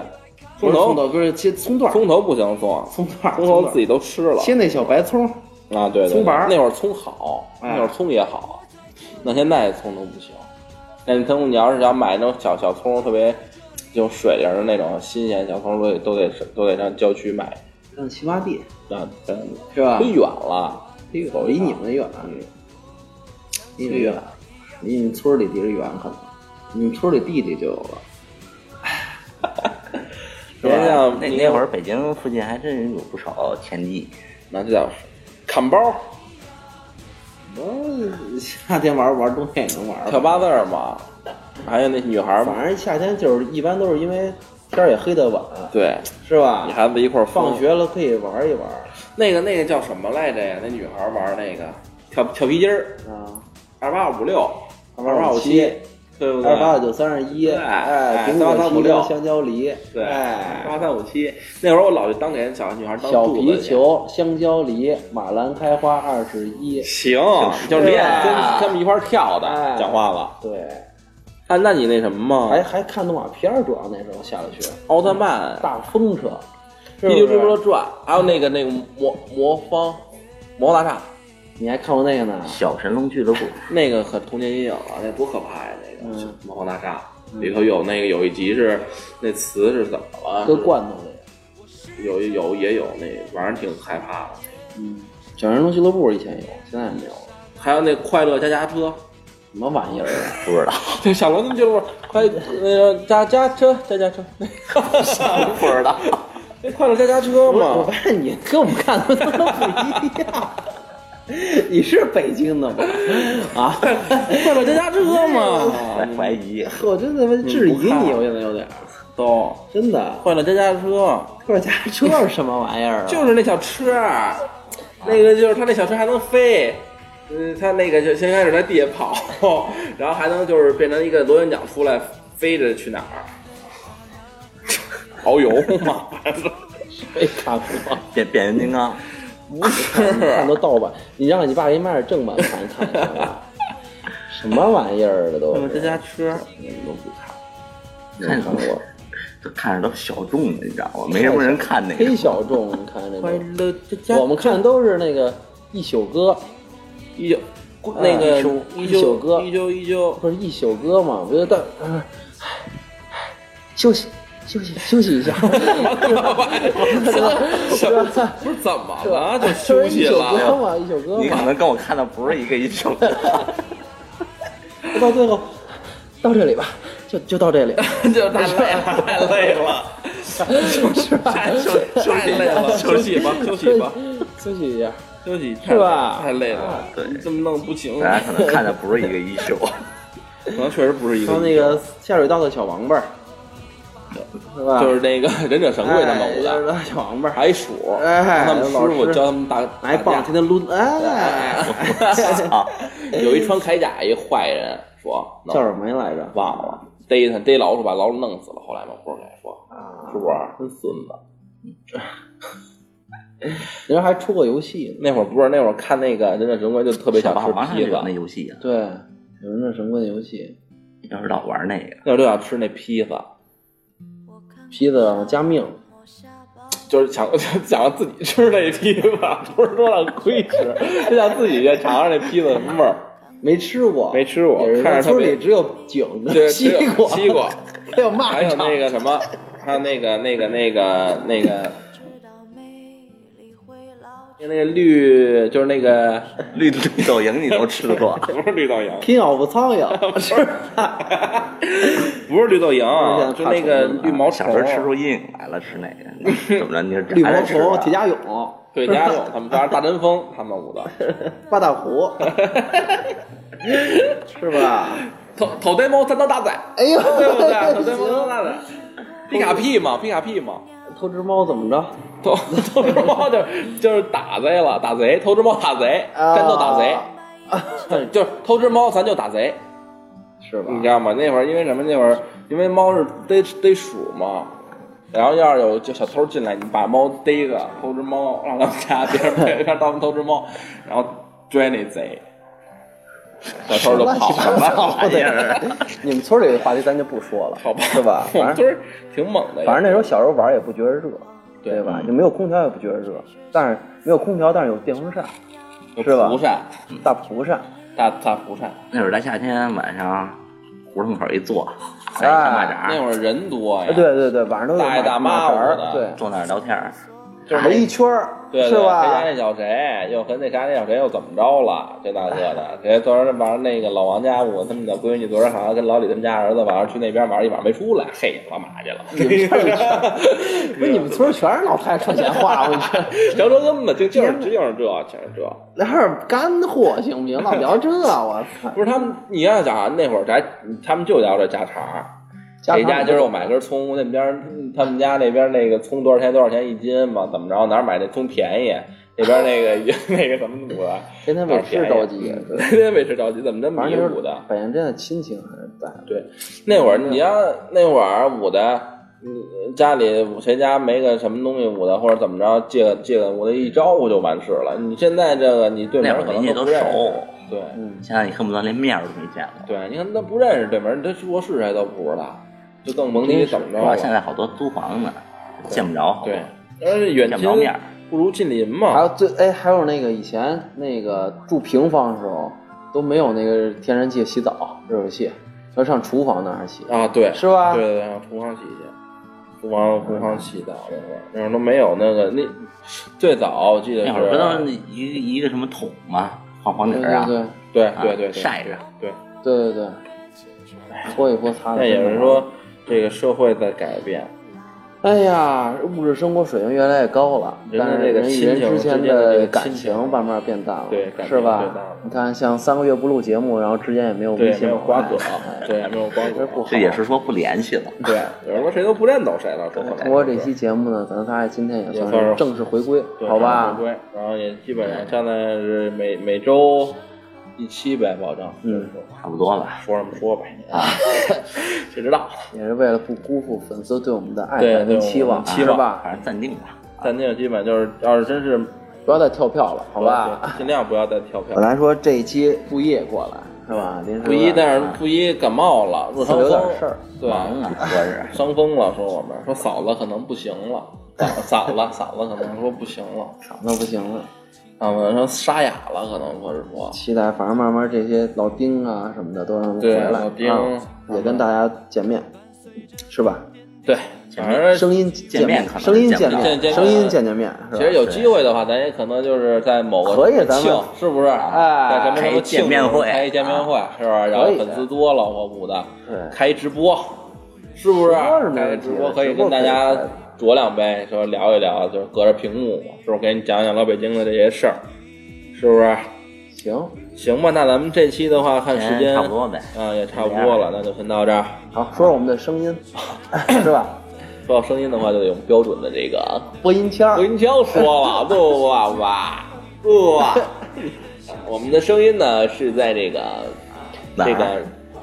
Speaker 5: 葱
Speaker 3: 不是
Speaker 5: 头，
Speaker 3: 葱头不是切葱段儿，
Speaker 5: 葱头不行送，
Speaker 3: 葱段儿，
Speaker 5: 葱头
Speaker 3: 段儿
Speaker 5: 自己都吃了
Speaker 3: 切那小白葱，
Speaker 5: 啊。对对，对
Speaker 3: 葱白儿
Speaker 5: 那会儿葱好，
Speaker 3: 哎
Speaker 5: 那会儿葱也好，那现在葱都不行。那你葱，你要是想买那种小小葱，特别有水灵儿的那种新鲜小葱，都得都得都得上郊区买
Speaker 3: 上七八地
Speaker 5: 啊，真
Speaker 3: 是吧
Speaker 5: 忒？远了。
Speaker 3: 走离你们远，啊离你
Speaker 5: 啊
Speaker 3: 远，离你们村儿里离着远可能，你们村儿里弟弟就有了。
Speaker 5: 是吧
Speaker 4: 啊那那会儿北京附近还真有不少田地，
Speaker 5: 那这倒是，砍包嗯
Speaker 3: 我 夏天玩儿玩儿，冬天也能玩儿吧
Speaker 5: 跳八字儿嘛，还有那女孩儿嘛，
Speaker 3: 啊反正夏天就是一般都是因为天儿也黑得晚，
Speaker 5: 对，
Speaker 3: 是吧
Speaker 5: 女？孩子一块儿疯
Speaker 3: 放学了可以玩一玩
Speaker 5: 那个那个叫什么来着呀？那女孩玩那个跳跳皮筋儿，
Speaker 3: 啊，
Speaker 5: 二八五六，
Speaker 3: 二
Speaker 5: 嗯八
Speaker 3: 八五
Speaker 5: 七
Speaker 3: 七，
Speaker 5: 对不对？
Speaker 3: 二八九三十一，
Speaker 5: 对
Speaker 3: 哎，
Speaker 5: 哎
Speaker 3: 苹
Speaker 5: 三八
Speaker 3: 果、
Speaker 5: 三
Speaker 3: 提
Speaker 5: 五六
Speaker 3: 溜、香蕉、梨，
Speaker 5: 对，
Speaker 3: 哎，
Speaker 5: 八三五七。那会儿我老去当给人小女孩当
Speaker 3: 小
Speaker 5: 柱子
Speaker 3: 皮
Speaker 5: 去。
Speaker 3: 球、香蕉、梨，马兰开花二十一，
Speaker 5: 行，就是
Speaker 3: 对
Speaker 5: 连
Speaker 3: 啊
Speaker 5: 跟他们一块儿跳的
Speaker 3: 哎，
Speaker 5: 讲话了。
Speaker 3: 对，
Speaker 5: 哎，那你那什么
Speaker 3: 还
Speaker 5: 吗？
Speaker 3: 还看动画片儿，主要那时候下了学，
Speaker 5: 奥特曼、
Speaker 3: 大风车，
Speaker 5: 《
Speaker 3: 是不
Speaker 5: 霹雳布
Speaker 3: 是？
Speaker 5: 罗传》，还有那个那个魔魔方、魔大厦，
Speaker 3: 你还看过那个呢？
Speaker 4: 小神龙俱乐部，
Speaker 5: 那个可童年阴影了，那多可怕呀！那个
Speaker 3: 嗯
Speaker 5: 魔方大厦里头有那个有一集是那词是怎么了？
Speaker 3: 搁罐头里。
Speaker 5: 有有也有那玩意儿挺害怕的。
Speaker 3: 嗯，小人龙俱乐部以前有，现在也没有了。
Speaker 5: 还有那快乐加加车，
Speaker 3: 什么玩意儿啊？
Speaker 4: 不知道，
Speaker 5: 对 小龙俱乐部快那个加加车加加车，
Speaker 4: 不知道。
Speaker 5: 那 快乐加加车
Speaker 3: 我
Speaker 5: 嘛
Speaker 3: 发，现你跟我们看的都不一样。你是北 京的吗？啊，
Speaker 5: 快乐加加车嘛，
Speaker 4: 来怀疑，
Speaker 3: 我真他妈质疑你，我现在有点儿，
Speaker 5: 都
Speaker 3: 真的。
Speaker 5: 快乐加加车
Speaker 3: 特家车是什么玩意儿啊？
Speaker 5: 就是那小车儿，那个就是他那小车还能飞。嗯，他那个就先开始在地下跑， 然后还能就是变成一个螺旋桨出来，飞着去哪儿？ 遨游嘛，
Speaker 3: 没看过，
Speaker 4: 变变形金刚，
Speaker 5: 不
Speaker 3: 看
Speaker 5: 是
Speaker 3: 都盗版。你让你爸给你买点正版看一看 行吧？什么玩意儿的都
Speaker 5: 我们
Speaker 3: 是
Speaker 5: 这，家车，
Speaker 3: 你们都不看，没
Speaker 4: 看
Speaker 3: 看过，
Speaker 4: 这看着都小众的，你知道吗？没什么人看那
Speaker 3: 忒
Speaker 4: 个。
Speaker 3: 小众。你看这
Speaker 5: 快
Speaker 3: 都，
Speaker 5: 乐这家，
Speaker 3: 我们看都是那个一宿歌，
Speaker 5: 一九那
Speaker 3: 一
Speaker 5: 个
Speaker 3: 首
Speaker 5: 一
Speaker 3: 一首歌
Speaker 5: 一九一九，
Speaker 3: 不是一宿歌嘛？不就到，嗯休息休息休息一下，是吧？
Speaker 5: 不是怎么了就
Speaker 3: 都
Speaker 5: 休
Speaker 3: 是一
Speaker 5: 息
Speaker 3: 宿歌
Speaker 5: 了？
Speaker 3: 嘛，一宿歌
Speaker 4: 你
Speaker 3: 嘛
Speaker 4: 可。能跟我看的不是一个一种。
Speaker 3: 到最后到这里吧，就就到这里，
Speaker 5: 就太累了，太累了，
Speaker 3: 是吧？
Speaker 5: 太休太累了，休息吧，休息吧。
Speaker 3: 休息一下，
Speaker 5: 休息
Speaker 3: 是吧
Speaker 5: 太累了，
Speaker 4: 对
Speaker 5: 你这么弄不行，
Speaker 4: 大家可能看的不是一个一 宿。
Speaker 5: 可能确实不是一个
Speaker 3: 还有
Speaker 5: 意思。
Speaker 3: 那个下水道的小王八儿，是吧？
Speaker 5: 就是那个 忍者神龟他们
Speaker 3: 哎
Speaker 5: 舞
Speaker 3: 下
Speaker 5: 的，
Speaker 3: 水道小王八儿，
Speaker 5: 还鼠，
Speaker 3: 哎
Speaker 5: 让他们师
Speaker 3: 老
Speaker 5: 傅
Speaker 3: 师
Speaker 5: 教他们打
Speaker 3: 拿一棒
Speaker 5: 打
Speaker 3: 天天抡，哎，
Speaker 4: 啊，
Speaker 5: 架有一穿铠甲一坏人说，
Speaker 3: 叫什么来着？
Speaker 5: 忘了，逮他逮老鼠，把老鼠弄死了。后来嘛，不是该说，是不是？
Speaker 3: 真孙子。人家还出过游戏呢，
Speaker 5: 那会儿不是那会儿看那个忍者神龟就特别想吃
Speaker 4: 马上就
Speaker 5: 披
Speaker 4: 有
Speaker 5: 萨
Speaker 4: 那，游戏啊，
Speaker 3: 对，有人那神棍游戏，
Speaker 4: 要是老玩那个，
Speaker 5: 那会儿就想吃那披萨，
Speaker 3: 披萨上加命，
Speaker 5: 就是想 想让自己吃那披萨，不是说让亏吃，就想自己也尝尝那披萨什么味儿。
Speaker 3: 没吃过，
Speaker 5: 没吃过
Speaker 3: 也是
Speaker 5: 看着特
Speaker 3: 村
Speaker 5: 别
Speaker 3: 里只有井
Speaker 5: 对，
Speaker 3: 子、 西
Speaker 5: 只有
Speaker 3: 瓜、
Speaker 5: 西瓜，
Speaker 3: 还有蚂
Speaker 5: 还有
Speaker 3: 蚱，
Speaker 5: 那个什么，还有那个那个那个那个那个绿，就是那个
Speaker 4: 绿绿豆蝇你都吃过
Speaker 5: 不是绿豆蝇，
Speaker 3: 拼咬不苍 蝇，是吧？
Speaker 5: 不是绿豆啊
Speaker 3: 我现
Speaker 5: 蝇，
Speaker 3: 在
Speaker 5: 就
Speaker 3: 怕
Speaker 5: 那个
Speaker 3: 虫子
Speaker 5: 绿毛虫
Speaker 4: 啊
Speaker 5: 啊
Speaker 4: 小时候吃出阴影来了，吃那个怎么着？ 你
Speaker 3: 绿
Speaker 4: 是还
Speaker 3: 毛
Speaker 4: 在吃
Speaker 3: 虫、铁
Speaker 4: 啊？
Speaker 3: 甲勇、
Speaker 5: 对，家有他们当时大针锋他们舞的，
Speaker 3: 八大虎，是吧？
Speaker 5: 头头戴猫三刀大仔，
Speaker 3: 哎呦，
Speaker 5: 对 不对？头戴猫三刀大仔，皮卡屁嘛，皮卡屁嘛，
Speaker 3: 偷只猫怎么着？
Speaker 5: 偷偷只猫就就是打贼了，打贼，偷只猫打贼，
Speaker 3: 啊
Speaker 5: 战斗打 贼，
Speaker 3: 啊，
Speaker 5: 就是偷只猫咱就打贼，
Speaker 3: 是吧
Speaker 5: 你？知道吗？那会儿因为什么？那会儿因为猫是逮逮鼠嘛，然后要是有就小偷进来，你把猫逮一个，偷只猫，让他们家别人让他们偷只猫，然后追那贼，小偷就跑
Speaker 3: 什么
Speaker 5: 了。
Speaker 3: 玩意儿？ 你们村里的话题咱就不说了，
Speaker 5: 哎好吧，
Speaker 3: 是吧？
Speaker 5: 我
Speaker 3: 反
Speaker 5: 们
Speaker 3: 正
Speaker 5: 村儿挺猛的呀，
Speaker 3: 反正那时候小时候玩也不觉得热，
Speaker 5: 对嗯
Speaker 3: 对吧？就没有空调也不觉得热，但是没有空调，但是有电风扇、
Speaker 5: 有
Speaker 3: 是吧
Speaker 5: 蒲扇，
Speaker 3: 大蒲扇，
Speaker 5: 大大蒲扇。
Speaker 4: 那会儿在夏天晚上，胡同口一坐，哎塞一小马
Speaker 5: 哎那
Speaker 4: 扎，
Speaker 5: 会儿人多呀，
Speaker 3: 呃对，对对，晚上都有
Speaker 5: 大爷大妈
Speaker 3: 马扎
Speaker 5: 我的
Speaker 3: 儿，对，
Speaker 4: 坐那儿聊天儿，
Speaker 3: 打一圈儿，
Speaker 5: 对对
Speaker 3: 是
Speaker 5: 谁家
Speaker 3: 吧？
Speaker 5: 那小谁又和那谁家那小谁又怎么着了？这那个的，谁昨儿晚上那个老王家我他们的闺女昨儿好像跟老李他们家儿子晚上去那边玩一晚上没出来，嘿，老马去了。
Speaker 3: 啊 不是你们村儿全是老太太说闲话，我觉得。
Speaker 5: 聊着根本就就是这就是这，就是这。
Speaker 3: 聊点干货行不行？老聊这，我操！
Speaker 5: 不是他们，你要想啊那会儿咱他们就聊这家常儿，谁家今儿我买根葱，那边儿嗯他们家那边儿那个葱多少钱？多少钱一斤嘛？怎么着？哪儿买那葱便宜？那边儿那个 那个怎么怎么着？
Speaker 3: 天天美食
Speaker 5: 啊
Speaker 3: 着急，
Speaker 5: 天天没吃着急，怎么这么嗯
Speaker 3: 反
Speaker 5: 迷
Speaker 3: 正
Speaker 5: 糊
Speaker 3: 就是
Speaker 5: 的？
Speaker 3: 百年真的亲情还是在。
Speaker 5: 对，那会儿你要那会儿捂的，嗯家里谁家没个什么东西捂的，或者怎么着，借个借个捂的一招呼就完事了。你现在这个你对
Speaker 4: 那
Speaker 5: 门
Speaker 4: 会
Speaker 5: 儿
Speaker 4: 儿
Speaker 5: 可
Speaker 4: 邻
Speaker 5: 能都
Speaker 4: 居都
Speaker 5: 不认识
Speaker 4: 熟，
Speaker 5: 对
Speaker 3: 嗯，
Speaker 4: 现在你恨不得连面儿都没见过。
Speaker 5: 对，你看那不认识对门，他去过是谁都不知道，就更甭提怎么着
Speaker 4: 是吧？
Speaker 5: 了。
Speaker 4: 现在好多租房呢，见不着好多，
Speaker 5: 对，而且远
Speaker 4: 见不
Speaker 5: 亲
Speaker 4: 着面儿。
Speaker 5: 不如近邻
Speaker 3: 还有
Speaker 5: 嘛。
Speaker 3: 最哎，还有那个以前那个住平房的时候都没有那个天然气洗澡、热水器，要上厨房那儿洗，
Speaker 5: 啊，对，
Speaker 3: 是吧？
Speaker 5: 对对对，上厨房洗去，厨房厨房洗澡那会儿，那会儿都没有那个那最早我记得
Speaker 4: 那会儿不都
Speaker 5: 是
Speaker 4: 是，一个一个什么桶吗？黄黄底
Speaker 3: 对
Speaker 4: 儿啊，
Speaker 3: 对对
Speaker 5: 对
Speaker 4: 啊
Speaker 5: 对对对，
Speaker 4: 晒着。
Speaker 5: 对，
Speaker 3: 对对对，搓一搓擦擦。
Speaker 5: 那也是说这个社会在改变，
Speaker 3: 哎呀，物质生活水平越来越高了，
Speaker 5: 人的
Speaker 3: 但是
Speaker 5: 这个
Speaker 3: 人与
Speaker 5: 亲
Speaker 3: 人
Speaker 5: 情
Speaker 3: 之
Speaker 5: 之间
Speaker 3: 间
Speaker 5: 的这个
Speaker 3: 感
Speaker 5: 亲情
Speaker 3: 情慢慢变淡了，
Speaker 5: 对感
Speaker 3: 是
Speaker 5: 情
Speaker 3: 吧
Speaker 5: 变淡了？
Speaker 3: 你看，像三个月不录节目，然后之间也没有微
Speaker 5: 对，没
Speaker 3: 信
Speaker 5: 有瓜葛
Speaker 3: 往来，
Speaker 5: 对，没有瓜
Speaker 3: 这不
Speaker 5: 葛
Speaker 3: 好，
Speaker 4: 这也是说不联系了。
Speaker 5: 对，有人说谁都不认懂谁了，说
Speaker 3: 通过这期节目呢，咱仨今天也
Speaker 5: 也
Speaker 3: 算
Speaker 5: 算
Speaker 3: 是
Speaker 5: 是
Speaker 3: 正式回归，
Speaker 5: 对
Speaker 3: 好吧
Speaker 5: 回？归，然后也基本上现在是每每周一期呗，保证，
Speaker 3: 嗯，
Speaker 4: 差不多吧。
Speaker 5: 说什么说呗，啊， 谁知道？
Speaker 3: 也是为了不辜负粉丝对我们的爱
Speaker 5: 对
Speaker 3: 戴跟
Speaker 5: 对
Speaker 3: 期望，
Speaker 5: 我们期
Speaker 3: 是
Speaker 5: 望
Speaker 3: 吧？
Speaker 4: 反正暂定吧。
Speaker 5: 但那个基本就是，要是真是
Speaker 3: 不要再跳票了，好吧？
Speaker 5: 对尽量不要再跳票
Speaker 3: 本。来说这一期布衣也过来，是吧？临时
Speaker 5: 布衣，但是布衣感冒了，热伤
Speaker 3: 有点
Speaker 5: 风，
Speaker 3: 事儿，
Speaker 5: 对，
Speaker 4: 忙啊，
Speaker 5: 嗯
Speaker 4: 合着
Speaker 5: 伤风了，说我们说嫂子可能不行了， 嫂子嫂子可能说不行了，
Speaker 3: 嗓子不行了。
Speaker 5: 啊，我说沙哑了，可能或者说，
Speaker 3: 期待，反正慢慢这些老丁啊什么的都让他们回
Speaker 5: 对
Speaker 3: 来，
Speaker 5: 老丁
Speaker 3: 啊也跟大家见面，是吧？
Speaker 5: 对，反正
Speaker 3: 声音见
Speaker 4: 面可能
Speaker 3: 声音见
Speaker 5: 见
Speaker 3: 面，
Speaker 5: 见
Speaker 3: 声音见见面，是
Speaker 5: 其实
Speaker 3: 吧？
Speaker 5: 有机会的话，咱也可能就是在某个
Speaker 3: 可以咱们
Speaker 5: 庆是不是？
Speaker 3: 哎啊
Speaker 5: 在咱们什么庆祝
Speaker 4: 开一见面会
Speaker 5: 开一见面会，是吧？然后粉丝多了或五的，
Speaker 3: 对
Speaker 5: 开一直播，是不是？
Speaker 3: 直播是没
Speaker 5: 开
Speaker 3: 问题
Speaker 5: 直
Speaker 3: 的
Speaker 5: 播可以
Speaker 3: 直播
Speaker 5: 跟
Speaker 3: 可以
Speaker 5: 大家
Speaker 3: 开的
Speaker 5: 酌两杯，说聊一聊，就是隔着屏幕嘛，是不是？给你讲讲老北京的这些事儿，是不是？
Speaker 3: 行，
Speaker 5: 行吧，那咱们这期的话，看时间
Speaker 4: 哎差不多呗。
Speaker 5: 啊，也差不多了，那就先到这儿。
Speaker 3: 好，说说我们的声音，是吧？
Speaker 5: 说到声音的话，就得用标准的这个
Speaker 3: 播音腔 儿
Speaker 5: 我，跟你枪说了，不不不 不，我们的声音呢是在这个
Speaker 4: 哪儿
Speaker 5: 这个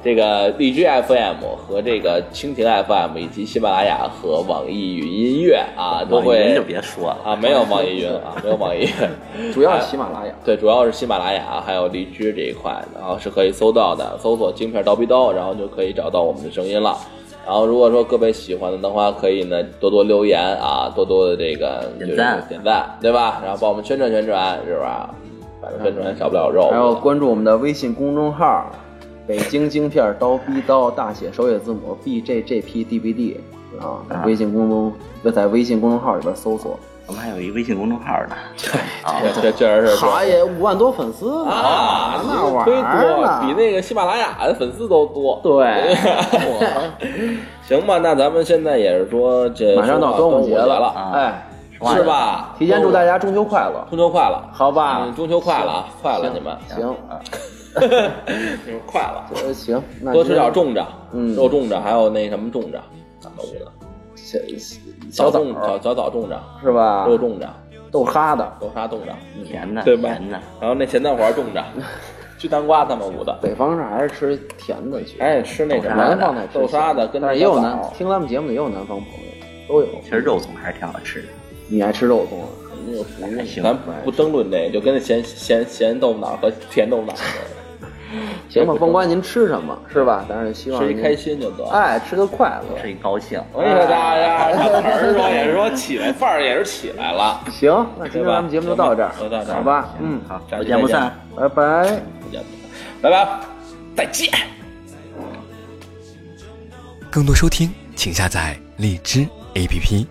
Speaker 5: 这个荔枝 FM 和这个蜻蜓 FM 以及喜马拉雅和网易云音乐啊都
Speaker 4: 网易
Speaker 5: 会
Speaker 4: 云就别说了，
Speaker 5: 啊没有网易云啊没有网易云，
Speaker 3: 主要是喜马拉雅，
Speaker 5: 对，主要是喜马拉雅还有荔枝这一块，然后是可以搜到的，搜索“京片刀逼刀”，然后就可以找到我们的声音了。然后如果说各位喜欢的话，可以呢多多留言啊，多多的这个
Speaker 4: 点
Speaker 5: 就是
Speaker 4: 赞
Speaker 5: 点赞，对吧？然后帮我们宣传宣传，是吧？反正宣传少不了肉。
Speaker 3: 还有关注我们的微信公众号。北京京片儿刀逼刀，大写首写字母 B J J P D B D 啊，在微信公众就在微信公众号里边搜索，
Speaker 4: 我们还有一微信公众号呢。啊，
Speaker 5: 这这确实是这样
Speaker 3: 好也五万多粉丝呢
Speaker 5: 啊，
Speaker 3: 那玩
Speaker 5: 推
Speaker 3: 意儿啊
Speaker 5: 多
Speaker 3: 呢
Speaker 5: 比那个喜马拉雅的粉丝都多。
Speaker 3: 对
Speaker 5: 行吧，那咱们现在也是说这
Speaker 3: 马上到
Speaker 5: 说到
Speaker 3: 端
Speaker 5: 端
Speaker 3: 午
Speaker 5: 午
Speaker 3: 节
Speaker 5: 了，
Speaker 4: 啊
Speaker 3: 哎，
Speaker 5: 是吧？
Speaker 3: 提前祝大
Speaker 5: 家
Speaker 3: 家中秋快乐，
Speaker 5: 中秋快乐，
Speaker 3: 好吧
Speaker 5: 嗯，？中秋快乐，啊，快了你们，
Speaker 3: 行，
Speaker 4: 嗯
Speaker 5: 你们快了，
Speaker 3: 呃行，那
Speaker 5: 多吃点
Speaker 3: 今
Speaker 5: 粽子，
Speaker 3: 嗯
Speaker 5: 肉粽子，还有那什么粽子，怎么的？
Speaker 3: 天小小枣哦啊
Speaker 5: 粽小小枣粽子，
Speaker 3: 是吧？
Speaker 5: 肉粽子，
Speaker 3: 豆哈的，
Speaker 5: 豆沙粽子，
Speaker 4: 甜的，
Speaker 5: 对吧
Speaker 4: 甜的，
Speaker 5: 然后那咸蛋黄粽 子，巨南瓜他们捂的，
Speaker 3: 北方人还是吃甜的去，
Speaker 5: 哎，吃那什么
Speaker 3: 南方才吃
Speaker 5: 豆沙
Speaker 3: 甜
Speaker 5: 的，跟
Speaker 3: 但
Speaker 5: 那
Speaker 3: 是也
Speaker 5: 小
Speaker 3: 有
Speaker 5: 枣
Speaker 3: 南，听咱们节目的也有南方朋友，都有。
Speaker 4: 其实肉粽还是挺好吃的。
Speaker 3: 你爱吃肉粽啊？
Speaker 4: 还行，
Speaker 5: 嗯咱不争论这，就跟那咸咸咸豆腐脑和甜豆腐脑似
Speaker 3: 行吧，甭管您吃什么，是吧？但是希
Speaker 5: 的，
Speaker 3: 望
Speaker 5: 吃一
Speaker 3: 您
Speaker 5: 开，心就得。
Speaker 3: 哎，吃个快乐。
Speaker 4: 吃一高兴。
Speaker 5: 我跟你说，大家小词儿说也是说起来，范儿也是起来了。
Speaker 3: 行，那今天咱们节目就到这儿
Speaker 5: 就到这，儿
Speaker 3: 好吧？嗯，
Speaker 4: 啊好，
Speaker 5: 下
Speaker 4: 不
Speaker 5: 期
Speaker 4: 见不
Speaker 5: 再见
Speaker 4: 散。
Speaker 3: 拜拜。
Speaker 5: 拜拜，再见。
Speaker 6: 更多收听，请下载荔枝 APP。